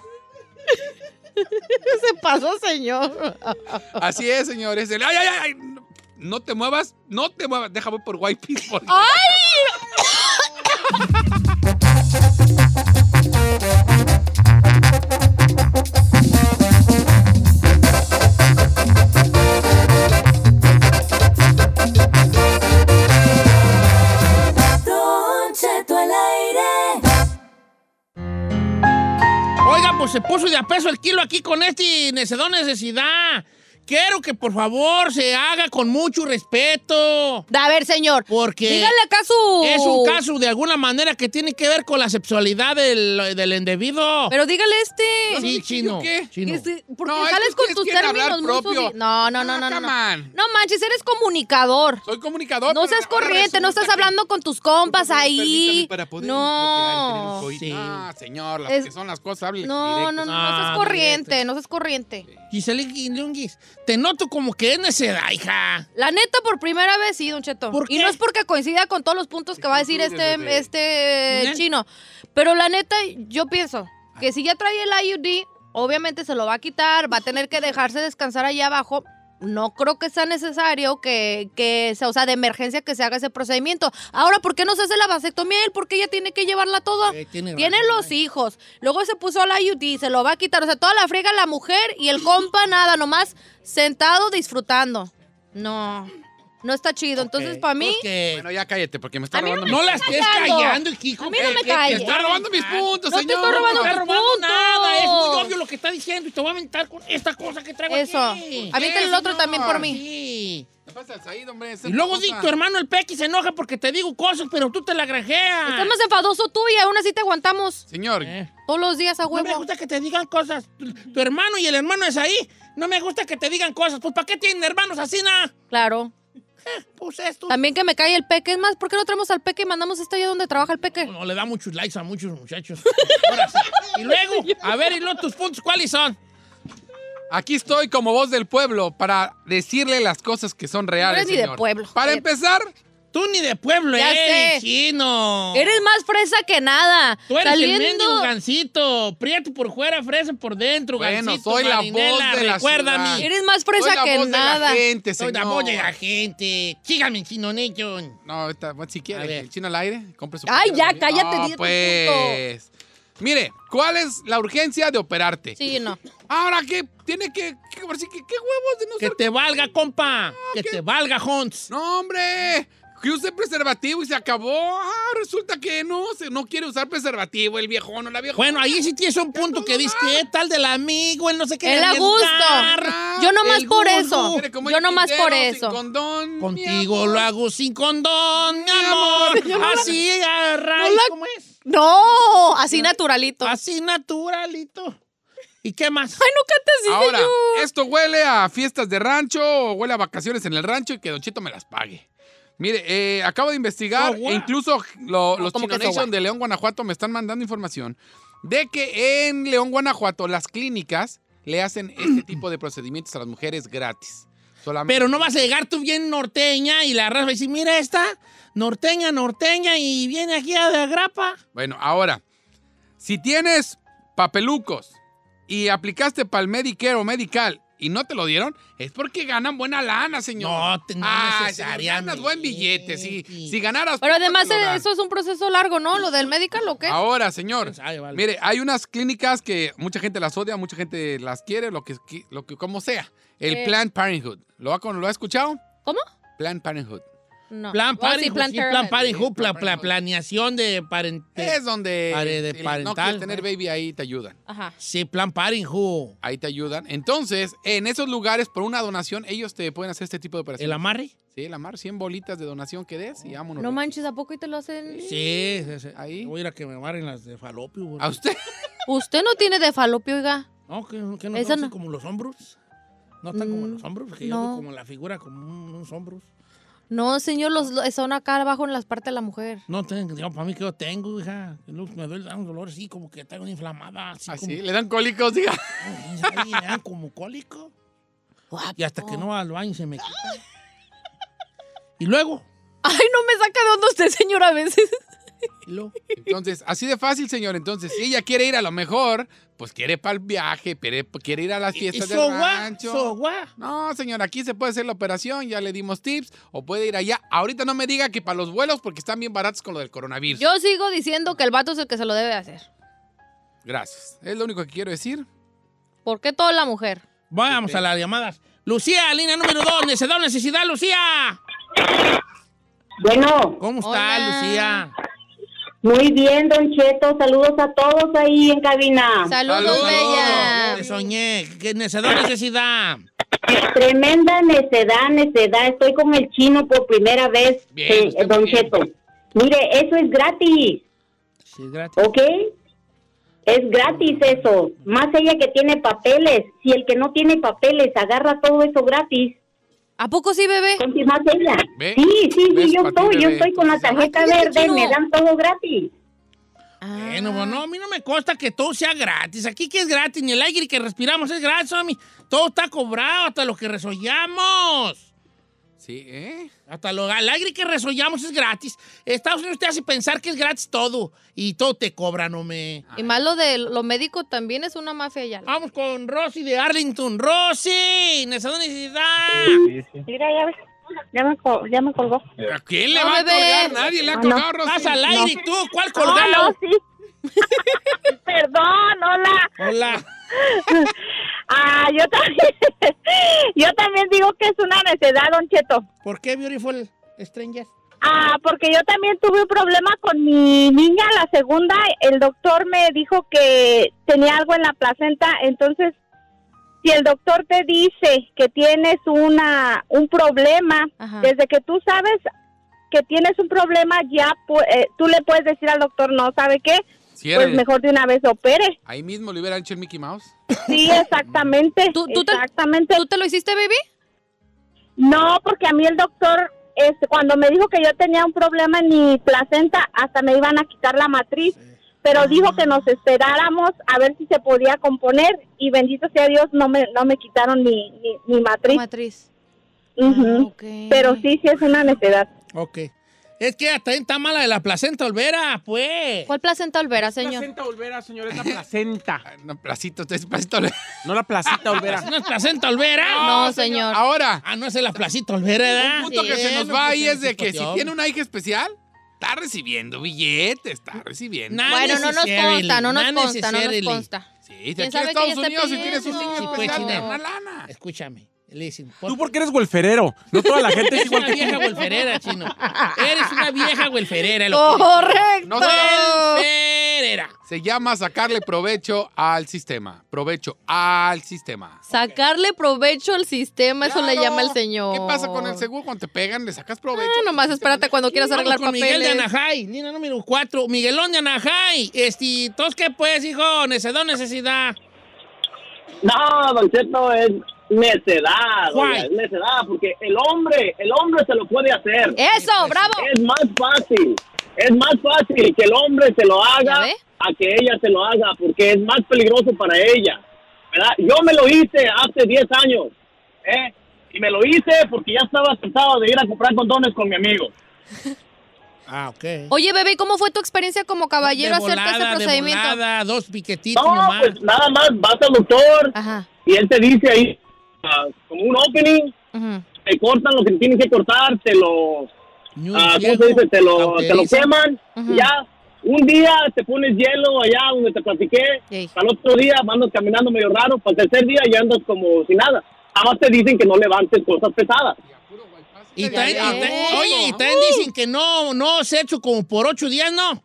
Speaker 3: ¿Qué se pasó, señor?
Speaker 2: Así es, señores. El- ay, ay, ay, ay, No te muevas, no te muevas. Déjame por White porque
Speaker 5: Don Cheto al aire.
Speaker 1: Oiga, pues se puso de a peso el kilo aquí con este necedón necesidad. Quiero que por favor se haga con mucho respeto.
Speaker 3: A ver, señor.
Speaker 1: Porque
Speaker 3: Dígale acá su.
Speaker 1: es un caso de alguna manera que tiene que ver con la sexualidad del, del individuo.
Speaker 3: Pero dígale este.
Speaker 1: sí, chino.
Speaker 2: ¿qué?
Speaker 1: chino.
Speaker 3: Este, ¿Por qué
Speaker 2: No, es que
Speaker 3: sales con
Speaker 2: ustedes
Speaker 3: tus
Speaker 2: quieren hablar
Speaker 3: términos muy
Speaker 2: propio.
Speaker 3: subi- No, no, no, no,
Speaker 2: Ah,
Speaker 3: no.
Speaker 2: come
Speaker 3: No,
Speaker 2: on.
Speaker 3: No manches, eres comunicador.
Speaker 2: soy comunicador.
Speaker 3: No
Speaker 2: pero
Speaker 3: seas
Speaker 2: ahora
Speaker 3: corriente, no
Speaker 2: resulta
Speaker 3: estás
Speaker 2: que-
Speaker 3: hablando con tus compas
Speaker 2: Permítame,
Speaker 3: ahí.
Speaker 2: para poder bloquear y
Speaker 3: No.
Speaker 2: tener un coito.
Speaker 1: Sí.
Speaker 2: Ah, señor, las
Speaker 3: Es-
Speaker 2: que son las cosas, hable
Speaker 3: No, no,
Speaker 2: directo.
Speaker 3: no, no
Speaker 1: Ah,
Speaker 3: seas corriente, no seas corriente.
Speaker 1: Giselle Guilunguis, te noto como que es necedad, hija.
Speaker 3: La neta, por primera vez sí, Don Cheto.
Speaker 1: ¿Por
Speaker 3: Y
Speaker 1: qué?
Speaker 3: no es porque coincida con todos los puntos que va a decir este,
Speaker 2: desde-
Speaker 3: este
Speaker 1: ¿Eh?
Speaker 3: chino. Pero la neta, yo pienso que si ya trae el IUD, obviamente se lo va a quitar, va a tener que dejarse descansar allá abajo. No creo que sea necesario que, que sea, o sea, de emergencia que se haga ese procedimiento. Ahora, ¿por qué no se hace la vasectomía él? ¿Por qué ella tiene que llevarla toda?
Speaker 1: Eh, tiene
Speaker 3: Tiene
Speaker 1: razón,
Speaker 3: los
Speaker 1: eh.
Speaker 3: hijos. Luego se puso la IUD, se lo va a quitar. O sea, toda la frega la mujer y el compa nada, nomás sentado disfrutando. No, no está chido. Entonces,
Speaker 1: Ok.
Speaker 3: para mí,
Speaker 1: Pues que-
Speaker 2: Bueno, ya cállate porque me está
Speaker 3: A mí no
Speaker 2: robando.
Speaker 3: me-
Speaker 1: no
Speaker 2: mis-
Speaker 1: la estés
Speaker 3: callando.
Speaker 1: callando, hijo.
Speaker 3: A mí no me
Speaker 1: Eh, eh,
Speaker 3: calles.
Speaker 1: Te
Speaker 2: Está robando mis
Speaker 1: puntos.
Speaker 2: puntos,
Speaker 3: No te
Speaker 2: señor.
Speaker 3: estoy robando
Speaker 1: No está
Speaker 3: tus
Speaker 1: robando
Speaker 3: puntos.
Speaker 1: nada, es muy obvio lo que está diciendo y te voy a aventar con esta cosa que traigo
Speaker 3: Eso.
Speaker 1: aquí.
Speaker 3: Aviéntale el otro también por mí.
Speaker 1: Sí.
Speaker 2: ¿Qué pasa, Said, hombre? Esa
Speaker 1: Y luego
Speaker 2: cosa.
Speaker 1: di, tu hermano el Pequi se enoja porque te digo cosas, pero tú te la granjeas.
Speaker 3: estás más enfadoso tú y aún así te aguantamos
Speaker 2: Señor,
Speaker 1: Eh,
Speaker 3: todos los días a
Speaker 1: No me
Speaker 3: huevo.
Speaker 1: gusta que te digan cosas. Tu, tu hermano y el hermano es ahí. No me gusta que te digan cosas. Pues, ¿para qué tienen hermanos así, na?
Speaker 3: Claro.
Speaker 1: Pues esto.
Speaker 3: También que me cae el peque. Es más, ¿por qué no traemos al peque y mandamos esto allá donde trabaja el peque?
Speaker 1: No le da muchos likes a muchos muchachos. Ahora sí. Y luego, a ver, y luego tus puntos, ¿cuáles son?
Speaker 2: aquí estoy como voz del pueblo para decirle las cosas que son reales.
Speaker 3: eres ni de
Speaker 2: señor.
Speaker 3: pueblo, Eh.
Speaker 2: Para
Speaker 3: joder.
Speaker 2: empezar,
Speaker 1: Tú ni de pueblo
Speaker 3: Ya
Speaker 1: eres,
Speaker 3: sé.
Speaker 1: chino.
Speaker 3: Eres más fresa que nada.
Speaker 1: Tú eres el mendigo
Speaker 3: Saliendo.
Speaker 1: gancito. Prieto por fuera, fresa por dentro.
Speaker 2: Bueno,
Speaker 1: gancito,
Speaker 2: soy la
Speaker 1: marinela,
Speaker 2: voz de la
Speaker 1: recuérdame.
Speaker 2: ciudad.
Speaker 3: Eres más
Speaker 2: soy
Speaker 3: fresa
Speaker 2: la
Speaker 3: que
Speaker 2: voz de la
Speaker 3: nada.
Speaker 2: gente,
Speaker 1: Soy
Speaker 2: señor.
Speaker 1: la voz de la gente. Sígame, chino Nation.
Speaker 2: No, está- bueno, si
Speaker 1: A
Speaker 2: quiere,
Speaker 1: ver.
Speaker 2: el chino al aire, compre su
Speaker 3: Ay,
Speaker 2: propia
Speaker 3: ya,
Speaker 2: bebida.
Speaker 3: cállate,
Speaker 2: No,
Speaker 3: di tu
Speaker 2: pues. Mire, ¿cuál es la urgencia de operarte?
Speaker 3: Sí, no.
Speaker 2: Ahora que tiene que, que, ahora sí que- ¿qué huevos de no
Speaker 1: Que
Speaker 2: ser
Speaker 1: te valga, compa. Que te valga, Hans.
Speaker 2: No, hombre. Que use preservativo y se acabó. Ah, resulta que no, se, no quiere usar preservativo el viejón o la viejona.
Speaker 1: Bueno, ahí sí tienes un punto que dices, ¿qué tal del amigo? Él no sé qué.
Speaker 3: Él a
Speaker 1: arriesgar.
Speaker 3: gusto. Yo nomás
Speaker 1: El
Speaker 3: por
Speaker 1: gurú.
Speaker 3: eso.
Speaker 2: Quiere comer
Speaker 3: Yo nomás por
Speaker 2: entero, sin
Speaker 3: eso.
Speaker 2: condón, mi
Speaker 1: Contigo
Speaker 2: amor.
Speaker 1: lo hago sin condón, mi amor. Así, a raíz,
Speaker 3: la-
Speaker 1: ¿cómo es?
Speaker 3: No, así naturalito. Ay,
Speaker 1: Así naturalito. ¿Y qué más?
Speaker 3: no cantes así,
Speaker 2: Ahora,
Speaker 3: señor.
Speaker 2: esto huele a fiestas de rancho o huele a vacaciones en el rancho y que Don Chito me las pague. Mire, eh, acabo de investigar
Speaker 1: So what?
Speaker 2: e incluso lo- los
Speaker 3: ¿cómo
Speaker 2: Chino
Speaker 3: que so
Speaker 2: Nation
Speaker 3: what?
Speaker 2: de León, Guanajuato me están mandando información de que en León, Guanajuato, las clínicas le hacen este tipo de procedimientos a las mujeres gratis. Solamente-
Speaker 1: Pero no vas a llegar tú bien norteña y la raza va a decir, mira esta, norteña, norteña, y viene aquí a la grapa.
Speaker 2: Bueno, ahora, si tienes papelucos y aplicaste para el Medicare o Medical y no te lo dieron, es porque ganan buena lana, señor.
Speaker 1: No, te- no
Speaker 2: Ay, señor,
Speaker 1: necesariamente.
Speaker 2: ganas buen billete. Si, si ganaras.
Speaker 3: Pero
Speaker 2: poco,
Speaker 3: además eh,
Speaker 2: te lo dan.
Speaker 3: eso es un proceso largo, ¿no? Lo del medical o qué?
Speaker 2: Ahora, señor.
Speaker 1: Ay, vale.
Speaker 2: Mire, hay unas clínicas que mucha gente las odia, mucha gente las quiere, lo que, lo que como sea. El
Speaker 3: Eh.
Speaker 2: Planned Parenthood. ¿Lo ha, con- ¿Lo ha escuchado?
Speaker 3: ¿Cómo?
Speaker 2: Planned Parenthood.
Speaker 3: No.
Speaker 1: Plan
Speaker 3: Oh, sí,
Speaker 1: Parenthood, sí, plan
Speaker 3: Parenthood.
Speaker 1: Parenthood, pla-
Speaker 2: Plan Parenthood.
Speaker 1: pla- planeación de parentesco.
Speaker 2: Es donde
Speaker 1: Pare- de
Speaker 2: el- no
Speaker 1: parental,
Speaker 2: quieres tener
Speaker 1: ¿no?
Speaker 2: baby ahí te ayudan.
Speaker 3: Ajá.
Speaker 1: Sí, plan Parenthood.
Speaker 2: Ahí te ayudan. Entonces, en esos lugares, por una donación, ellos te pueden hacer este tipo
Speaker 1: ¿El
Speaker 2: de operaciones.
Speaker 1: amarre?
Speaker 2: Sí, la mar, 100 bolitas de donación que des y vámonos.
Speaker 3: No manches, ¿a poco y te lo hacen?
Speaker 1: Sí, sí, sí.
Speaker 2: Ahí.
Speaker 1: Voy a ir a que me amarren las de falopio. güey.
Speaker 2: ¿A usted?
Speaker 3: Usted no tiene de falopio, oiga.
Speaker 1: No, que, que no
Speaker 3: Eso
Speaker 1: son así
Speaker 3: no.
Speaker 1: como los hombros. No están como
Speaker 3: Mm,
Speaker 1: los hombros, porque yo
Speaker 3: no.
Speaker 1: veo como la figura, como un- unos hombros.
Speaker 3: No, señor, los, los- son acá abajo en las partes de la mujer.
Speaker 1: No, tengo, no, para mí que yo tengo, hija. Que luego Me duele, da un dolor así, como que tengo una inflamada. Así, como,
Speaker 2: Así, le dan cólicos, diga.
Speaker 1: Ay, ah, como cólico. Y hasta que no va al baño se me quita. Y luego,
Speaker 3: Ay, no me saca de onda usted, señor, a veces.
Speaker 1: Lo-
Speaker 2: Entonces, así de fácil, señor. Entonces, si ella quiere ir a lo mejor, pues quiere para el viaje, quiere, quiere ir a las
Speaker 1: ¿Y
Speaker 2: fiestas
Speaker 1: so
Speaker 2: del
Speaker 1: what?
Speaker 2: rancho.
Speaker 1: So what?
Speaker 2: No, señor, aquí se puede hacer la operación, ya le dimos tips, o puede ir allá. Ahorita no me diga que para los vuelos, porque están bien baratos con lo del coronavirus.
Speaker 3: Yo sigo diciendo que el vato es el que se lo debe hacer.
Speaker 2: Gracias. Es lo único que quiero decir.
Speaker 3: ¿Por qué toda la mujer?
Speaker 1: Vamos a las llamadas. Lucía, línea número 2, necesidad, necesidad, Lucía.
Speaker 7: Bueno,
Speaker 1: ¿Cómo está,
Speaker 3: Hola.
Speaker 1: Lucía?
Speaker 7: muy bien, Don Cheto. Saludos a todos ahí en cabina.
Speaker 3: Saludos,
Speaker 2: Saludos.
Speaker 3: bella.
Speaker 1: Te soñé. ¿Qué necesidad, necesidad?
Speaker 7: Tremenda necedad, necedad. Estoy con el chino por primera vez,
Speaker 1: Bien,
Speaker 7: eh,
Speaker 1: usted muy
Speaker 7: Don
Speaker 1: bien.
Speaker 7: Cheto. Mire, eso es gratis,
Speaker 1: Sí, gracias.
Speaker 7: ¿ok? Es gratis eso. Más ella que tiene papeles. Si el que no tiene papeles agarra todo eso gratis,
Speaker 3: ¿A poco sí, bebé?
Speaker 7: ¿Conti más ella.
Speaker 2: Ve,
Speaker 7: Sí, sí,
Speaker 2: ves,
Speaker 7: sí, yo
Speaker 2: pa' ti,
Speaker 7: estoy, yo
Speaker 2: bebé.
Speaker 7: estoy con la tarjeta
Speaker 3: Ay, cállate,
Speaker 7: verde,
Speaker 3: chino.
Speaker 7: me dan todo gratis.
Speaker 1: Bueno, pues no, a mí no me consta que todo sea gratis. Aquí que es gratis, ni el aire que respiramos es gratis, mí Todo está cobrado, hasta lo que resollamos.
Speaker 2: Sí, ¿eh?
Speaker 1: Hasta lo, el aire que resollamos es gratis. Estados Unidos te hace pensar que es gratis todo. Y todo te cobran, no me.
Speaker 3: Y más lo de lo médico también es una mafia ya.
Speaker 1: Vamos con Rosy de Arlington. Rosy, necesidad, necesidad.
Speaker 7: Mira, ya, me, colgó.
Speaker 2: ¿A quién le
Speaker 3: No,
Speaker 2: va a
Speaker 3: bebé.
Speaker 2: colgar? Nadie le ha colgado, Rosy.
Speaker 1: Vas al aire tú, ¿cuál colgado?
Speaker 7: Ah, sí. Perdón, hola.
Speaker 1: Hola.
Speaker 7: Ah, yo también, yo también digo que es una necedad, Don Cheto.
Speaker 1: ¿Por qué Beautiful Stranger?
Speaker 7: Ah, porque yo también tuve un problema con mi niña, la segunda. El doctor me dijo que tenía algo en la placenta, entonces si el doctor te dice que tienes una un problema,
Speaker 3: Ajá.
Speaker 7: desde que tú sabes que tienes un problema, ya pu- eh, tú le puedes decir al doctor, no, ¿sabe qué?
Speaker 2: Cierre.
Speaker 7: Pues mejor de una vez opere.
Speaker 2: Ahí mismo le hubiera hecho el Mickey Mouse.
Speaker 7: Sí, exactamente.
Speaker 3: ¿Tú- tú te-
Speaker 7: exactamente.
Speaker 3: ¿Tú te lo hiciste, baby?
Speaker 7: No, porque a mí el doctor, este, cuando me dijo que yo tenía un problema en mi placenta, hasta me iban a quitar la matriz. Pero dijo que nos esperáramos a ver si se podía componer y bendito sea Dios, no me, no me quitaron mi, mi, mi matriz.
Speaker 3: Matriz.
Speaker 7: Ujú.
Speaker 3: Ah, ok.
Speaker 7: Pero sí, sí es una necedad.
Speaker 1: Ok. Es que hasta ahí está mala de la placenta, Olvera, pues.
Speaker 3: ¿Cuál placenta Olvera, señor?
Speaker 4: Placenta Olvera, señor, es la placenta.
Speaker 2: Ah, No, placito, usted es placito.
Speaker 4: No la placita
Speaker 1: ¿Esa
Speaker 4: Olvera.
Speaker 1: ¿No es placenta, Olvera?
Speaker 3: No, señor.
Speaker 2: Ahora,
Speaker 1: Ah, no es la placita, Olvera, ¿verdad?
Speaker 2: un punto que se nos
Speaker 1: Bueno,
Speaker 2: va
Speaker 1: pues,
Speaker 2: ahí es de que si
Speaker 1: discusión.
Speaker 2: tiene una hija especial, está recibiendo billetes, está recibiendo.
Speaker 1: Nah.
Speaker 3: Bueno, no nos
Speaker 1: Unnecessarily,
Speaker 3: consta, no nos consta, no
Speaker 1: unnecessarily.
Speaker 3: nos consta.
Speaker 2: Sí, de
Speaker 3: ¿Quién
Speaker 2: aquí a
Speaker 3: sabe
Speaker 2: Estados
Speaker 3: qué ella
Speaker 2: Unidos,
Speaker 3: está
Speaker 2: si tienes un niño
Speaker 3: pidiendo?
Speaker 1: Sí, pues,
Speaker 2: especial,
Speaker 1: sí,
Speaker 2: te dan
Speaker 1: no.
Speaker 2: una lana.
Speaker 1: Escúchame. Le dicen,
Speaker 4: Tú porque eres golferero. No toda la gente es
Speaker 1: eres
Speaker 4: igual
Speaker 1: una
Speaker 4: que
Speaker 1: vieja
Speaker 4: tú.
Speaker 1: güelferera, chino. Eres una vieja güelferera. Lo que
Speaker 3: Correcto.
Speaker 2: No se-
Speaker 1: Güelferera.
Speaker 2: Se llama sacarle provecho al sistema. Provecho al sistema.
Speaker 3: Sacarle provecho al sistema, eso le
Speaker 2: Claro.
Speaker 3: llama el señor.
Speaker 2: ¿Qué pasa con el seguro? Cuando te pegan, le sacas provecho.
Speaker 3: Ah, nomás espérate cuando quieras
Speaker 1: Vamos
Speaker 3: arreglar
Speaker 1: con Miguel de
Speaker 3: papeles.
Speaker 1: Anajay, línea número 4. Miguelón de Anajay. Este, ¿tos qué pues, hijo? Necedad, necesidad.
Speaker 6: No, Don Cheto, es necedad.
Speaker 1: Why?
Speaker 6: oiga, es necedad, porque el hombre, el hombre se lo puede hacer.
Speaker 3: Eso, bravo.
Speaker 6: Es más fácil. Es más fácil que el hombre se lo
Speaker 3: ¿Ya
Speaker 6: haga
Speaker 3: ve?
Speaker 6: a que ella se lo haga, porque es más peligroso para ella. ¿verdad? Yo me lo hice hace 10 años. ¿eh? Y me lo hice porque ya estaba cansado de ir a comprar condones con mi amigo.
Speaker 1: Ah, ok.
Speaker 3: Oye, bebé, ¿y ¿cómo fue tu experiencia como caballero
Speaker 1: De
Speaker 3: hacerte ese
Speaker 1: volada, de
Speaker 3: procedimiento?
Speaker 1: volada, dos piquetitos
Speaker 6: No,
Speaker 1: nomás.
Speaker 6: pues nada más vas al doctor
Speaker 3: Ajá.
Speaker 6: y él te dice ahí, ah, como un opening,
Speaker 3: ujú.
Speaker 6: te cortan lo que tienes que cortar, te lo
Speaker 1: Ni un
Speaker 6: Ah, ¿cómo
Speaker 1: ciego
Speaker 6: se dice? Te lo, te lo
Speaker 1: cauteriza.
Speaker 6: queman,
Speaker 3: Ujú.
Speaker 6: ya. Un día te pones hielo allá donde te platiqué,
Speaker 3: Ey.
Speaker 6: al otro día andas caminando medio raro, para el tercer día ya andas como si nada. Además te dicen que no levantes cosas pesadas.
Speaker 1: Y
Speaker 3: Ya
Speaker 1: también, y
Speaker 3: ves.
Speaker 1: también- oye, y también
Speaker 3: Uh.
Speaker 1: dicen que no, no se ha hecho como por ocho días, ¿no?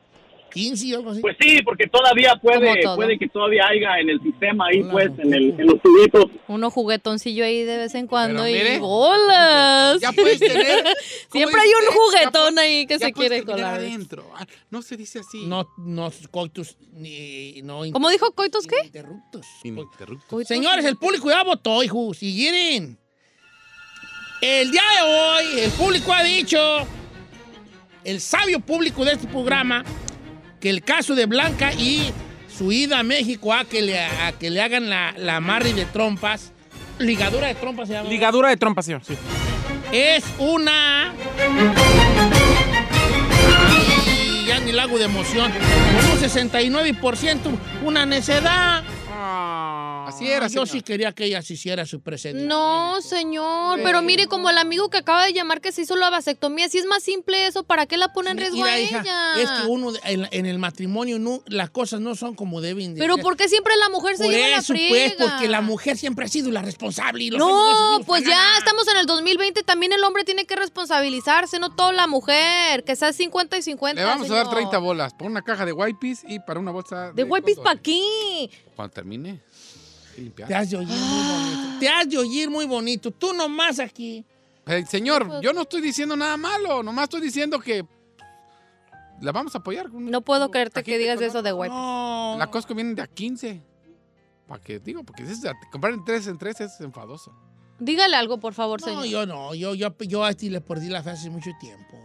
Speaker 1: 15 o algo así.
Speaker 6: Pues sí, porque todavía
Speaker 3: Como
Speaker 6: puede,
Speaker 3: todo.
Speaker 6: puede que todavía haya en el sistema ahí,
Speaker 1: Hola,
Speaker 6: pues,
Speaker 1: don
Speaker 6: en, el,
Speaker 1: Cheto.
Speaker 6: en los tubitos.
Speaker 3: Uno juguetoncillo ahí de vez en cuando
Speaker 2: Pero mire,
Speaker 3: y bolas.
Speaker 2: Ya puedes tener. ¿cómo
Speaker 3: Siempre hay un
Speaker 2: dice?
Speaker 3: juguetón
Speaker 2: Ya pu-
Speaker 3: ahí que
Speaker 2: ya
Speaker 3: se
Speaker 2: puedes
Speaker 3: quiere
Speaker 2: terminar
Speaker 3: colar.
Speaker 2: adentro. Ah, No se dice así.
Speaker 1: No, no, coitus, ni, no.
Speaker 3: ¿Cómo dijo coitus qué?
Speaker 1: Interruptos.
Speaker 2: Ininterrupto.
Speaker 1: Pues,
Speaker 3: Coitus
Speaker 1: Señores, el público ya votó, hijo. Si quieren. El día de hoy, el público ha dicho, el sabio público de este programa, que el caso de Blanca y su ida a México a que le, a que le hagan la, la amarre de trompas, ligadura de trompas se llama.
Speaker 4: Ligadura de trompa, señor. Sí.
Speaker 1: es una. Y ya ni lo hago de emoción. Con un 69%, una necedad.
Speaker 2: Así era,
Speaker 1: Yo
Speaker 2: señor.
Speaker 1: sí quería que ella se hiciera su presente.
Speaker 3: No, señor, pero mire, como el amigo que acaba de llamar que se hizo la vasectomía, si es más simple eso, ¿para qué la pone en riesgo
Speaker 1: Mira,
Speaker 3: a
Speaker 1: hija,
Speaker 3: ella?
Speaker 1: Es que uno de- en, en el matrimonio no- las cosas no son como deben de
Speaker 3: Pero
Speaker 1: ser.
Speaker 3: ¿por qué siempre la mujer se
Speaker 1: Por
Speaker 3: lleva
Speaker 1: eso,
Speaker 3: la
Speaker 1: pues,
Speaker 3: friega?
Speaker 1: porque la mujer siempre ha sido la responsable. y los hombres
Speaker 3: No,
Speaker 1: asumimos
Speaker 3: pues
Speaker 1: para
Speaker 3: ya
Speaker 1: nada.
Speaker 3: estamos en el 2020, también el hombre tiene que responsabilizarse, no toda la mujer, que sea 50 y 50.
Speaker 2: Le vamos a dar
Speaker 3: señor.
Speaker 2: 30 bolas por una caja de wipes y para una bolsa
Speaker 3: De guaypis pa'
Speaker 2: condones.
Speaker 3: aquí.
Speaker 2: Cuando termine, hay que limpiar.
Speaker 1: Te has de oír muy bonito. Te has de oír muy bonito. Tú nomás aquí.
Speaker 2: Eh,
Speaker 3: Pues-
Speaker 2: señor, yo no estoy diciendo nada malo, nomás estoy diciendo que la vamos a apoyar. con una
Speaker 3: No puedo creerte
Speaker 2: cajita
Speaker 3: que digas
Speaker 2: con
Speaker 3: eso de guaypis.
Speaker 1: No.
Speaker 2: Pues, La Costco viene de a 15. ¿Para qué digo? Porque es, comprar en 3 en 3 es enfadoso.
Speaker 3: Dígale algo, por favor,
Speaker 1: No,
Speaker 3: señor.
Speaker 1: yo no. Yo, yo, yo a este le perdí la fe hace mucho tiempo.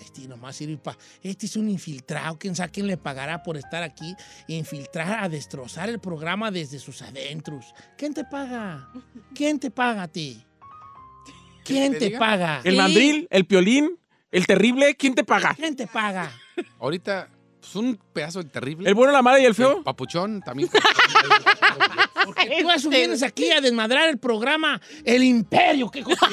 Speaker 1: Este nomás sirve para. Este es un infiltrado. Quién sabe quién le pagará por estar aquí. Infiltrar a destrozar el programa desde sus adentros. ¿Quién te paga? ¿Quién te paga a ti? ¿Quién
Speaker 2: te
Speaker 1: te
Speaker 2: diga?
Speaker 1: paga?
Speaker 4: El mandril, el piolín, el terrible, ¿quién te paga?
Speaker 1: ¿Quién te paga?
Speaker 2: Ahorita, pues un pedazo de terrible.
Speaker 4: ¿El bueno, la mala y el feo?
Speaker 2: El papuchón también.
Speaker 3: Este
Speaker 1: Porque tú a eso vienes aquí a desmadrar el programa El Imperio. ¿Qué cosa?